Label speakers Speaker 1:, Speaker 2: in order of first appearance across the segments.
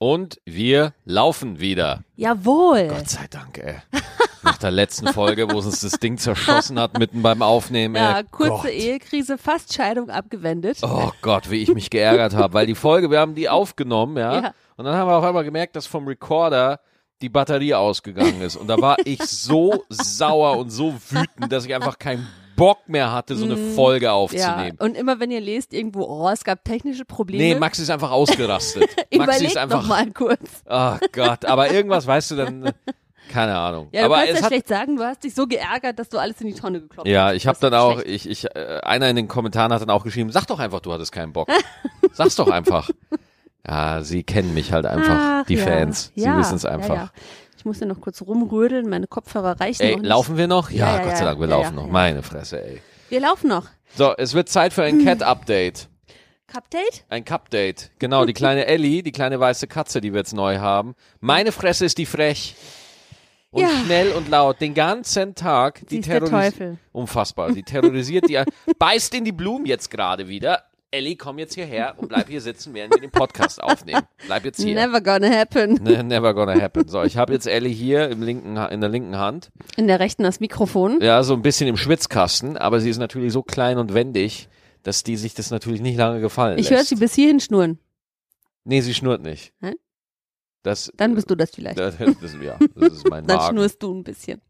Speaker 1: Und wir laufen wieder.
Speaker 2: Jawohl.
Speaker 1: Gott sei Dank, ey. Nach der letzten Folge, wo es uns das Ding zerschossen hat, mitten beim Aufnehmen.
Speaker 2: ja,
Speaker 1: ey.
Speaker 2: kurze E-
Speaker 1: Gott.
Speaker 2: Ehekrise, fast Scheidung abgewendet.
Speaker 1: Oh Gott, wie ich mich geärgert habe, weil die Folge, wir haben die aufgenommen, ja,
Speaker 2: Ja.
Speaker 1: Und dann haben wir auf einmal gemerkt, dass vom Recorder die Batterie ausgegangen ist. Und da war ich so sauer und so wütend, dass ich einfach keinen Bock mehr hatte, so eine Folge
Speaker 2: Mm. ja.
Speaker 1: aufzunehmen.
Speaker 2: Und immer wenn ihr lest irgendwo, oh, es gab technische Probleme.
Speaker 1: Nee, Maxi ist einfach ausgerastet. Maxi
Speaker 2: Überlegt
Speaker 1: ist einfach.
Speaker 2: noch mal kurz.
Speaker 1: Ach Gott, aber irgendwas weißt du dann. Keine Ahnung.
Speaker 2: Ja, du
Speaker 1: aber
Speaker 2: kannst
Speaker 1: es
Speaker 2: ja
Speaker 1: hat
Speaker 2: schlecht sagen, du hast dich so geärgert, dass du alles in die Tonne geklopft hast.
Speaker 1: Ja, ich habe
Speaker 2: Das
Speaker 1: dann
Speaker 2: ist
Speaker 1: auch,
Speaker 2: schlecht.
Speaker 1: ich, ich, äh, einer in den Kommentaren hat dann auch geschrieben, sag doch einfach, du hattest keinen Bock. Sag's doch einfach. Ja, sie kennen mich halt einfach,
Speaker 2: Ach,
Speaker 1: die
Speaker 2: ja.
Speaker 1: Fans. Sie
Speaker 2: ja,
Speaker 1: wissen es
Speaker 2: ja,
Speaker 1: einfach.
Speaker 2: Ja. Ich muss ja noch kurz rumrödeln, meine Kopfhörer reichen
Speaker 1: Ey,
Speaker 2: noch nicht.
Speaker 1: laufen wir noch? Ja,
Speaker 2: Ja, ja,
Speaker 1: Gott sei
Speaker 2: ja.
Speaker 1: Dank, wir
Speaker 2: Ja,
Speaker 1: laufen
Speaker 2: ja,
Speaker 1: noch.
Speaker 2: ja.
Speaker 1: Meine Fresse, ey.
Speaker 2: Wir laufen noch.
Speaker 1: So, es wird Zeit für ein Cat-Update.
Speaker 2: Cupdate?
Speaker 1: Ein Cup-Date. Genau, die kleine Ellie, die kleine weiße Katze, die wir jetzt neu haben. Meine Fresse ist die frech. Und
Speaker 2: Ja.
Speaker 1: schnell und laut. Den ganzen Tag. Die
Speaker 2: Sie ist der
Speaker 1: terroris-
Speaker 2: Teufel.
Speaker 1: Unfassbar. Die terrorisiert die. beißt in die Blumen jetzt gerade wieder. Ellie, komm jetzt hierher und bleib hier sitzen, während wir den Podcast aufnehmen. Bleib jetzt hier.
Speaker 2: Never gonna happen.
Speaker 1: Ne- Never gonna happen. So, ich habe jetzt Ellie hier im linken, Ha- in der linken Hand.
Speaker 2: In der rechten das Mikrofon.
Speaker 1: Ja, so ein bisschen im Schwitzkasten, aber sie ist natürlich so klein und wendig, dass die sich das natürlich nicht lange gefallen
Speaker 2: ich höre
Speaker 1: Äh, lässt.
Speaker 2: sie bis hierhin schnurren.
Speaker 1: nee, sie schnurrt nicht.
Speaker 2: Nein?
Speaker 1: Das, äh,
Speaker 2: Dann bist du das vielleicht.
Speaker 1: das, das, ja, das ist mein
Speaker 2: Dann
Speaker 1: Magen.
Speaker 2: schnurst du ein bisschen.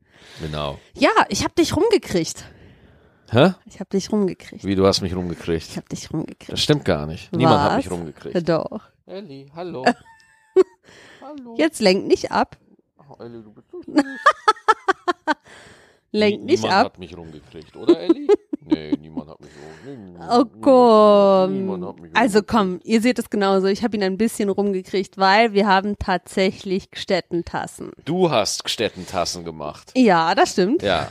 Speaker 1: Genau.
Speaker 2: Ja, ich hab dich rumgekriegt.
Speaker 1: Hä?
Speaker 2: Ich hab dich rumgekriegt.
Speaker 1: Wie, du hast mich
Speaker 2: Ich
Speaker 1: rumgekriegt.
Speaker 2: hab dich rumgekriegt.
Speaker 1: Das stimmt gar nicht. Niemand hat
Speaker 2: Was? Äh.
Speaker 1: mich rumgekriegt.
Speaker 2: Doch.
Speaker 1: Elli, hallo. hallo.
Speaker 2: Jetzt lenk nicht ab.
Speaker 1: Oh, Elli, du bist so süß.
Speaker 2: Lenk
Speaker 1: Nie-
Speaker 2: nicht
Speaker 1: niemand
Speaker 2: ab.
Speaker 1: hat mich rumgekriegt, oder Elli? nee, niemand hat mich rumgekriegt.
Speaker 2: Oh komm. Also komm, ihr seht es genauso. Ich habe ihn ein bisschen rumgekriegt, weil wir haben tatsächlich Gstettentassen.
Speaker 1: Du hast Gstettentassen gemacht.
Speaker 2: Ja, das stimmt.
Speaker 1: Ja.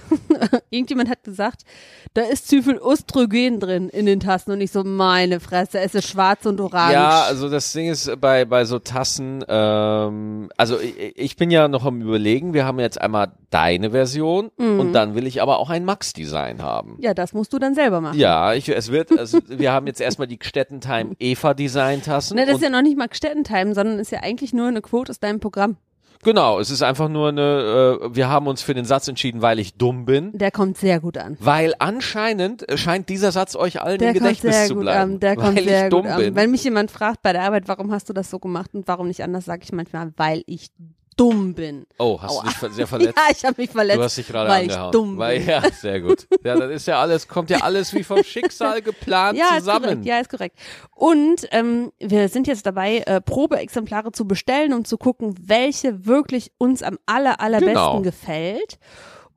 Speaker 2: Irgendjemand hat gesagt, da ist zu viel Östrogen drin in den Tassen und ich so, meine Fresse, es ist schwarz und orange.
Speaker 1: Ja, also das Ding ist bei, bei so Tassen, ähm, also ich, ich bin ja noch am überlegen, wir haben jetzt einmal deine Version
Speaker 2: Mhm.
Speaker 1: und dann will ich aber auch ein Max-Design haben.
Speaker 2: ja, das musst du dann selber machen.
Speaker 1: Ja, ich, es wird, also wir haben jetzt erstmal die Gstettentime Eva Design Tassen.
Speaker 2: Ne, das
Speaker 1: und,
Speaker 2: ist ja noch nicht mal Gstettentime, sondern ist ja eigentlich nur eine Quote aus deinem Programm.
Speaker 1: Genau, es ist einfach nur eine, äh, wir haben uns für den Satz entschieden, weil ich dumm bin.
Speaker 2: Der kommt sehr gut an.
Speaker 1: Weil anscheinend äh, scheint dieser Satz euch allen
Speaker 2: Der
Speaker 1: im
Speaker 2: kommt
Speaker 1: Gedächtnis
Speaker 2: sehr
Speaker 1: zu
Speaker 2: gut
Speaker 1: bleiben.
Speaker 2: an. Der kommt
Speaker 1: weil
Speaker 2: sehr
Speaker 1: ich dumm
Speaker 2: gut an.
Speaker 1: bin.
Speaker 2: Wenn mich jemand fragt bei der Arbeit, warum hast du das so gemacht und warum nicht anders, sage ich manchmal, weil ich dumm bin.
Speaker 1: oh, hast
Speaker 2: Aua.
Speaker 1: du dich ver- sehr verletzt?
Speaker 2: Ja, ich habe mich verletzt,
Speaker 1: Du hast dich gerade
Speaker 2: weil
Speaker 1: angehauen.
Speaker 2: ich dumm
Speaker 1: weil,
Speaker 2: bin.
Speaker 1: Ja, sehr gut. Ja, das ist ja alles, kommt ja alles wie vom Schicksal geplant
Speaker 2: Ja, ist
Speaker 1: zusammen.
Speaker 2: korrekt. Ja, ist korrekt. Und ähm, wir sind jetzt dabei, äh, Probeexemplare zu bestellen und zu gucken, welche wirklich uns am aller, allerbesten
Speaker 1: Genau.
Speaker 2: gefällt.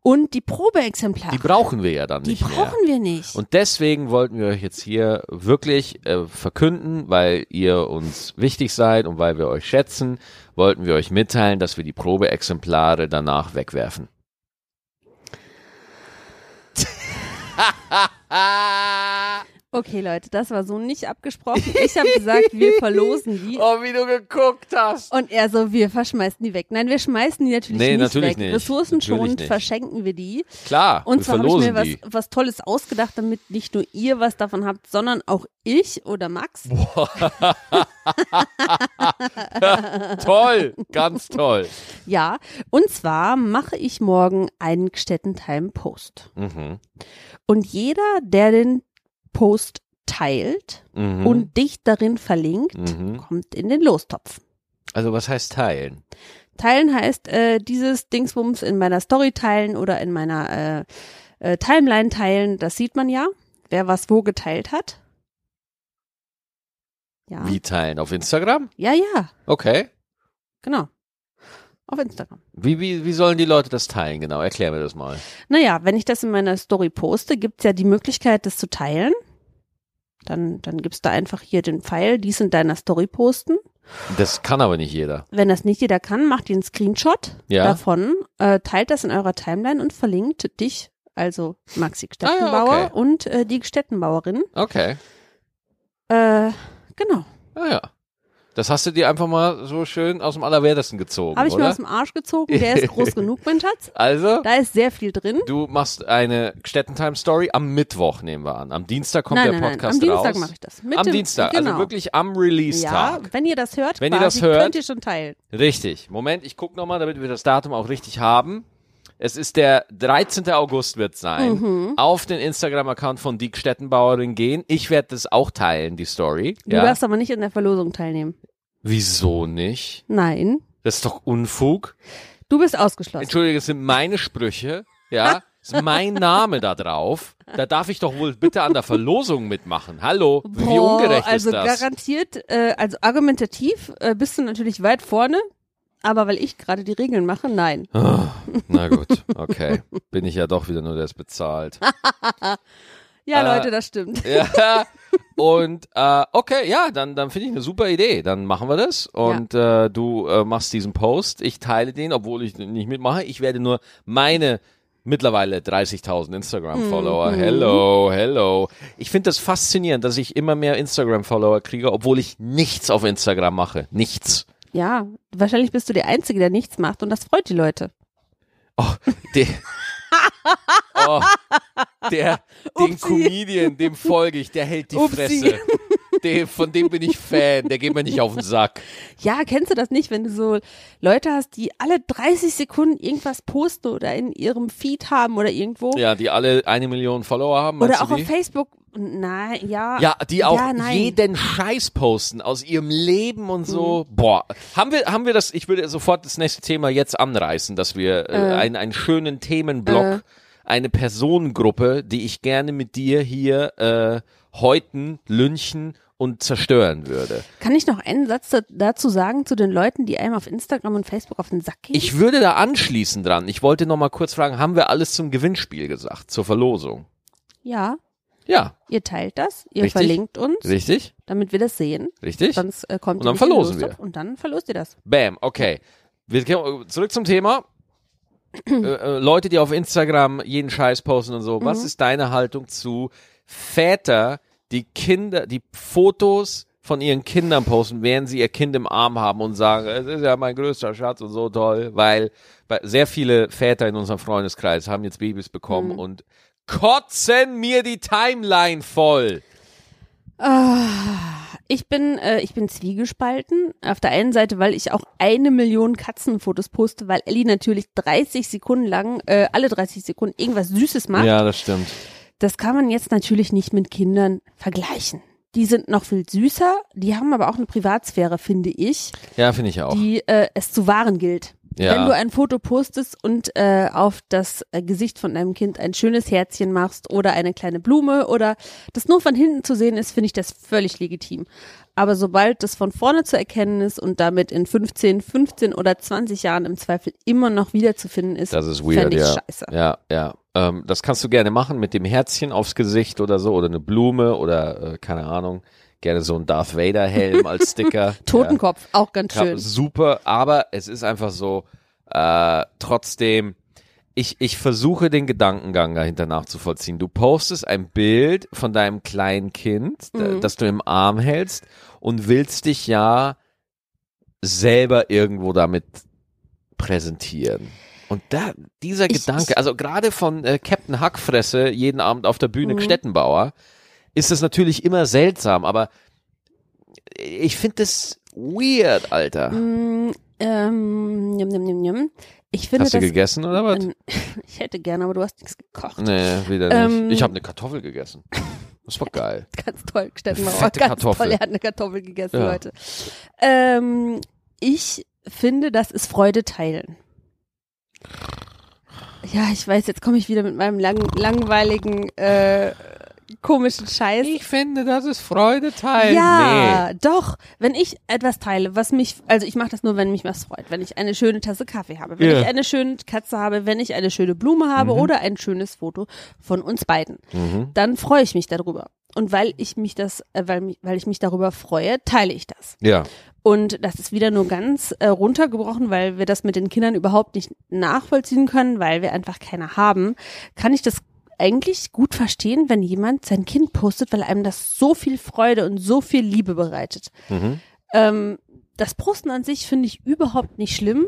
Speaker 2: Und die Probeexemplare,
Speaker 1: Die brauchen wir ja dann
Speaker 2: die
Speaker 1: nicht mehr.
Speaker 2: brauchen wir nicht.
Speaker 1: Und deswegen wollten wir euch jetzt hier wirklich äh, verkünden, weil ihr uns wichtig seid und weil wir euch schätzen, wollten wir euch mitteilen, dass wir die Probeexemplare danach wegwerfen.
Speaker 2: okay, Leute, das war so nicht abgesprochen. Ich habe gesagt, wir verlosen die.
Speaker 1: Oh, wie du geguckt hast.
Speaker 2: Und er so, wir verschmeißen die weg. Nein, wir schmeißen die natürlich
Speaker 1: Nee,
Speaker 2: nicht
Speaker 1: natürlich
Speaker 2: weg.
Speaker 1: nicht. Natürlich
Speaker 2: Ressourcenschonend
Speaker 1: nicht.
Speaker 2: verschenken wir die.
Speaker 1: Klar,
Speaker 2: Und
Speaker 1: wir
Speaker 2: zwar habe ich
Speaker 1: verlosen
Speaker 2: mir was,
Speaker 1: die.
Speaker 2: was Tolles ausgedacht, damit nicht nur ihr was davon habt, sondern auch ich oder Max.
Speaker 1: Toll, ganz toll.
Speaker 2: Ja, und zwar mache ich morgen einen Gstettentime-Post.
Speaker 1: Mhm.
Speaker 2: Und jeder, der den Post teilt
Speaker 1: Mhm.
Speaker 2: und dich darin verlinkt,
Speaker 1: Mhm.
Speaker 2: kommt in den Lostopf.
Speaker 1: Also was heißt teilen?
Speaker 2: Teilen heißt äh, dieses Dingsbums in meiner Story teilen oder in meiner äh, äh, Timeline teilen. Das sieht man ja, wer was wo geteilt hat. Ja,
Speaker 1: Wie teilen? Auf Instagram?
Speaker 2: ja, ja,
Speaker 1: Okay.
Speaker 2: genau. Auf Instagram.
Speaker 1: Wie, wie, wie sollen die Leute das teilen? Genau, erklär mir das mal.
Speaker 2: Naja, wenn ich das in meiner Story poste, gibt's ja die Möglichkeit, das zu teilen. Dann, dann gibt's da einfach hier den Pfeil, dies in deiner Story posten.
Speaker 1: Das kann aber nicht jeder.
Speaker 2: Wenn das nicht jeder kann, macht ihr einen Screenshot
Speaker 1: Ja.
Speaker 2: davon, äh, teilt das in eurer Timeline und verlinkt dich, also Maxi Stettenbauer
Speaker 1: Ah, ja, okay.
Speaker 2: und äh, die Stettenbauerin.
Speaker 1: Okay.
Speaker 2: Äh, genau.
Speaker 1: Ah ja. Das hast du dir einfach mal so schön aus dem Allerwertesten gezogen,
Speaker 2: Habe ich mir
Speaker 1: oder?
Speaker 2: aus dem Arsch gezogen. Der ist groß genug, mein Schatz.
Speaker 1: also,
Speaker 2: Da ist sehr viel drin.
Speaker 1: du machst eine Stettentime-Story am Mittwoch, nehmen wir an. Am Dienstag kommt der
Speaker 2: Nein, nein, nein. Am
Speaker 1: Podcast raus.
Speaker 2: Dienstag mache ich das. Mit
Speaker 1: am
Speaker 2: dem-
Speaker 1: Dienstag,
Speaker 2: genau.
Speaker 1: also wirklich am Release-Tag.
Speaker 2: Ja, wenn ihr das hört,
Speaker 1: Wenn ihr
Speaker 2: quasi,
Speaker 1: das hört-
Speaker 2: könnt ihr schon teilen.
Speaker 1: Richtig. Moment, ich gucke nochmal, damit wir das Datum auch richtig haben. Es ist der 13. August wird sein.
Speaker 2: Mhm.
Speaker 1: Auf den Instagram-Account von Diek Stettenbauerin gehen. Ich werde das auch teilen, die Story.
Speaker 2: Du
Speaker 1: Ja.
Speaker 2: darfst aber nicht in der Verlosung teilnehmen.
Speaker 1: Wieso nicht?
Speaker 2: Nein.
Speaker 1: Das ist doch Unfug.
Speaker 2: Du bist ausgeschlossen.
Speaker 1: Entschuldige, es sind meine Sprüche. Ja, es ist mein Name da drauf. Da darf ich doch wohl bitte an der Verlosung mitmachen. Hallo, wie
Speaker 2: Boah,
Speaker 1: ungerecht
Speaker 2: also
Speaker 1: ist das?
Speaker 2: garantiert, äh, also argumentativ äh, bist du natürlich weit vorne, aber weil ich gerade die Regeln mache, nein.
Speaker 1: Ah, Na gut, okay. Bin ich ja doch wieder nur, der es bezahlt.
Speaker 2: Ja,
Speaker 1: Äh,
Speaker 2: Leute, das stimmt.
Speaker 1: Ja. Und äh, okay, ja, dann, dann finde ich eine super Idee. Dann machen wir das. Und äh, du äh, machst diesen Post. Ich teile den, obwohl ich nicht mitmache. Ich werde nur meine mittlerweile 30.000 Instagram-Follower. Hello, hello. Ich finde das faszinierend, dass ich immer mehr Instagram-Follower kriege, obwohl ich nichts auf Instagram mache. Nichts.
Speaker 2: Ja, wahrscheinlich bist du der Einzige, der nichts macht und das freut die Leute.
Speaker 1: Oh, der, oh, der dem
Speaker 2: Upsi.
Speaker 1: Comedian, dem folge ich, der hält die
Speaker 2: Upsi.
Speaker 1: Fresse. Dem, von dem bin ich Fan, der geht mir nicht auf den Sack.
Speaker 2: Ja, kennst du das nicht, wenn du so Leute hast, die alle 30 Sekunden irgendwas posten oder in ihrem Feed haben oder irgendwo?
Speaker 1: Ja, die alle eine Million Follower haben, meinst
Speaker 2: oder auch
Speaker 1: du
Speaker 2: auf
Speaker 1: die?
Speaker 2: Facebook? Nein, ja.
Speaker 1: ja, die auch
Speaker 2: Ja, nein.
Speaker 1: jeden Scheiß posten aus ihrem Leben und so. Boah, haben wir, haben wir das, ich würde sofort das nächste Thema jetzt anreißen, dass wir äh, einen, einen schönen Themenblock, eine Personengruppe, die ich gerne mit dir hier äh, häuten, lynchen und zerstören würde.
Speaker 2: Kann ich noch einen Satz da- dazu sagen zu den Leuten, die einem auf Instagram und Facebook auf den Sack gehen?
Speaker 1: Ich würde da anschließen dran. Ich wollte noch mal kurz fragen, haben wir alles zum Gewinnspiel gesagt, zur Verlosung?
Speaker 2: ja,
Speaker 1: Ja,
Speaker 2: ihr teilt das, ihr
Speaker 1: Richtig.
Speaker 2: verlinkt uns,
Speaker 1: richtig?
Speaker 2: damit wir das sehen.
Speaker 1: Richtig?
Speaker 2: Sonst äh, kommt
Speaker 1: Und
Speaker 2: ihr
Speaker 1: dann
Speaker 2: nicht in den
Speaker 1: verlosen wir.
Speaker 2: Lostopf Und dann verlost ihr das.
Speaker 1: Bam, okay. Wir gehen zurück zum Thema. Äh, äh, Leute, die auf Instagram jeden Scheiß posten und so, was ist deine Haltung zu Väter, die Kinder, die Fotos von ihren Kindern posten, während sie ihr Kind im Arm haben und sagen, es ist ja mein größter Schatz und so toll, weil bei- sehr viele Väter in unserem Freundeskreis haben jetzt Babys bekommen und kotzen mir die Timeline voll.
Speaker 2: Ich bin, äh, ich bin zwiegespalten. Auf der einen Seite, weil ich auch eine Million Katzenfotos poste, weil Ellie natürlich 30 Sekunden lang, äh, alle 30 Sekunden irgendwas Süßes macht.
Speaker 1: das stimmt.
Speaker 2: Das kann man jetzt natürlich nicht mit Kindern vergleichen. Die sind noch viel süßer, die haben aber auch eine Privatsphäre, finde ich.
Speaker 1: Ja, finde ich auch.
Speaker 2: die äh, es zu wahren gilt.
Speaker 1: Ja.
Speaker 2: Wenn du ein Foto postest und äh, auf das äh, Gesicht von deinem Kind ein schönes Herzchen machst oder eine kleine Blume oder das nur von hinten zu sehen ist, finde ich das völlig legitim. Aber sobald das von vorne zu erkennen ist und damit in 15, 15 oder 20 Jahren im Zweifel immer noch wiederzufinden ist,
Speaker 1: Das ist weird,
Speaker 2: fänd ich
Speaker 1: ja.
Speaker 2: scheiße.
Speaker 1: Ja, ja. Ähm, das kannst du gerne machen mit dem Herzchen aufs Gesicht oder so oder eine Blume oder äh, keine Ahnung. Gerne so ein Darth Vader Helm als Sticker.
Speaker 2: Totenkopf, auch ganz
Speaker 1: ja. Ja,
Speaker 2: schön.
Speaker 1: Super, aber es ist einfach so. Äh, trotzdem, ich ich versuche den Gedankengang dahinter nachzuvollziehen. Du postest ein Bild von deinem kleinen Kind, d-
Speaker 2: Mhm.
Speaker 1: das du im Arm hältst und willst dich ja selber irgendwo damit präsentieren. Und da, dieser
Speaker 2: Ich-
Speaker 1: Gedanke,
Speaker 2: ich-
Speaker 1: also gerade von äh, Captain Hackfresse jeden Abend auf der Bühne
Speaker 2: Mhm.
Speaker 1: Stettenbauer, ist es natürlich immer seltsam, aber ich finde das weird, Alter.
Speaker 2: Mm, ähm, jum, jum, jum, jum. Ich finde
Speaker 1: Hast du
Speaker 2: das,
Speaker 1: gegessen oder was?
Speaker 2: ich hätte gerne, aber du hast nichts gekocht.
Speaker 1: Nee, wieder nicht.
Speaker 2: Ähm,
Speaker 1: ich habe eine Kartoffel gegessen. Das war geil.
Speaker 2: ganz toll gestellt. Mauer.
Speaker 1: Fette
Speaker 2: ganz
Speaker 1: Kartoffel.
Speaker 2: toll, er hat eine Kartoffel gegessen,
Speaker 1: Ja.
Speaker 2: Leute. Ähm, ich finde, das ist Freude teilen. Ja, ich weiß, jetzt komme ich wieder mit meinem lang langweiligen, äh, komischen Scheiß.
Speaker 1: finde, das ist Freude teilen.
Speaker 2: ja, doch. Wenn ich etwas teile, was mich, also ich mache das nur, wenn mich was freut. Wenn ich eine schöne Tasse Kaffee habe, wenn
Speaker 1: Ja. Mhm.
Speaker 2: ich eine schöne Katze habe, wenn ich eine schöne Blume habe oder ein schönes Foto von uns beiden
Speaker 1: Nee. Mhm.
Speaker 2: dann freue ich mich darüber. Und weil ich mich das, äh, weil, mich- weil ich mich darüber freue, teile ich das.
Speaker 1: Ja.
Speaker 2: Und das ist wieder nur ganz äh, runtergebrochen, weil wir das mit den Kindern überhaupt nicht nachvollziehen können, weil wir einfach keine haben. Kann ich das eigentlich gut verstehen, wenn jemand sein Kind postet, weil einem das so viel Freude und so viel Liebe bereitet.
Speaker 1: Mhm.
Speaker 2: Ähm, das Prosten an sich finde ich überhaupt nicht schlimm.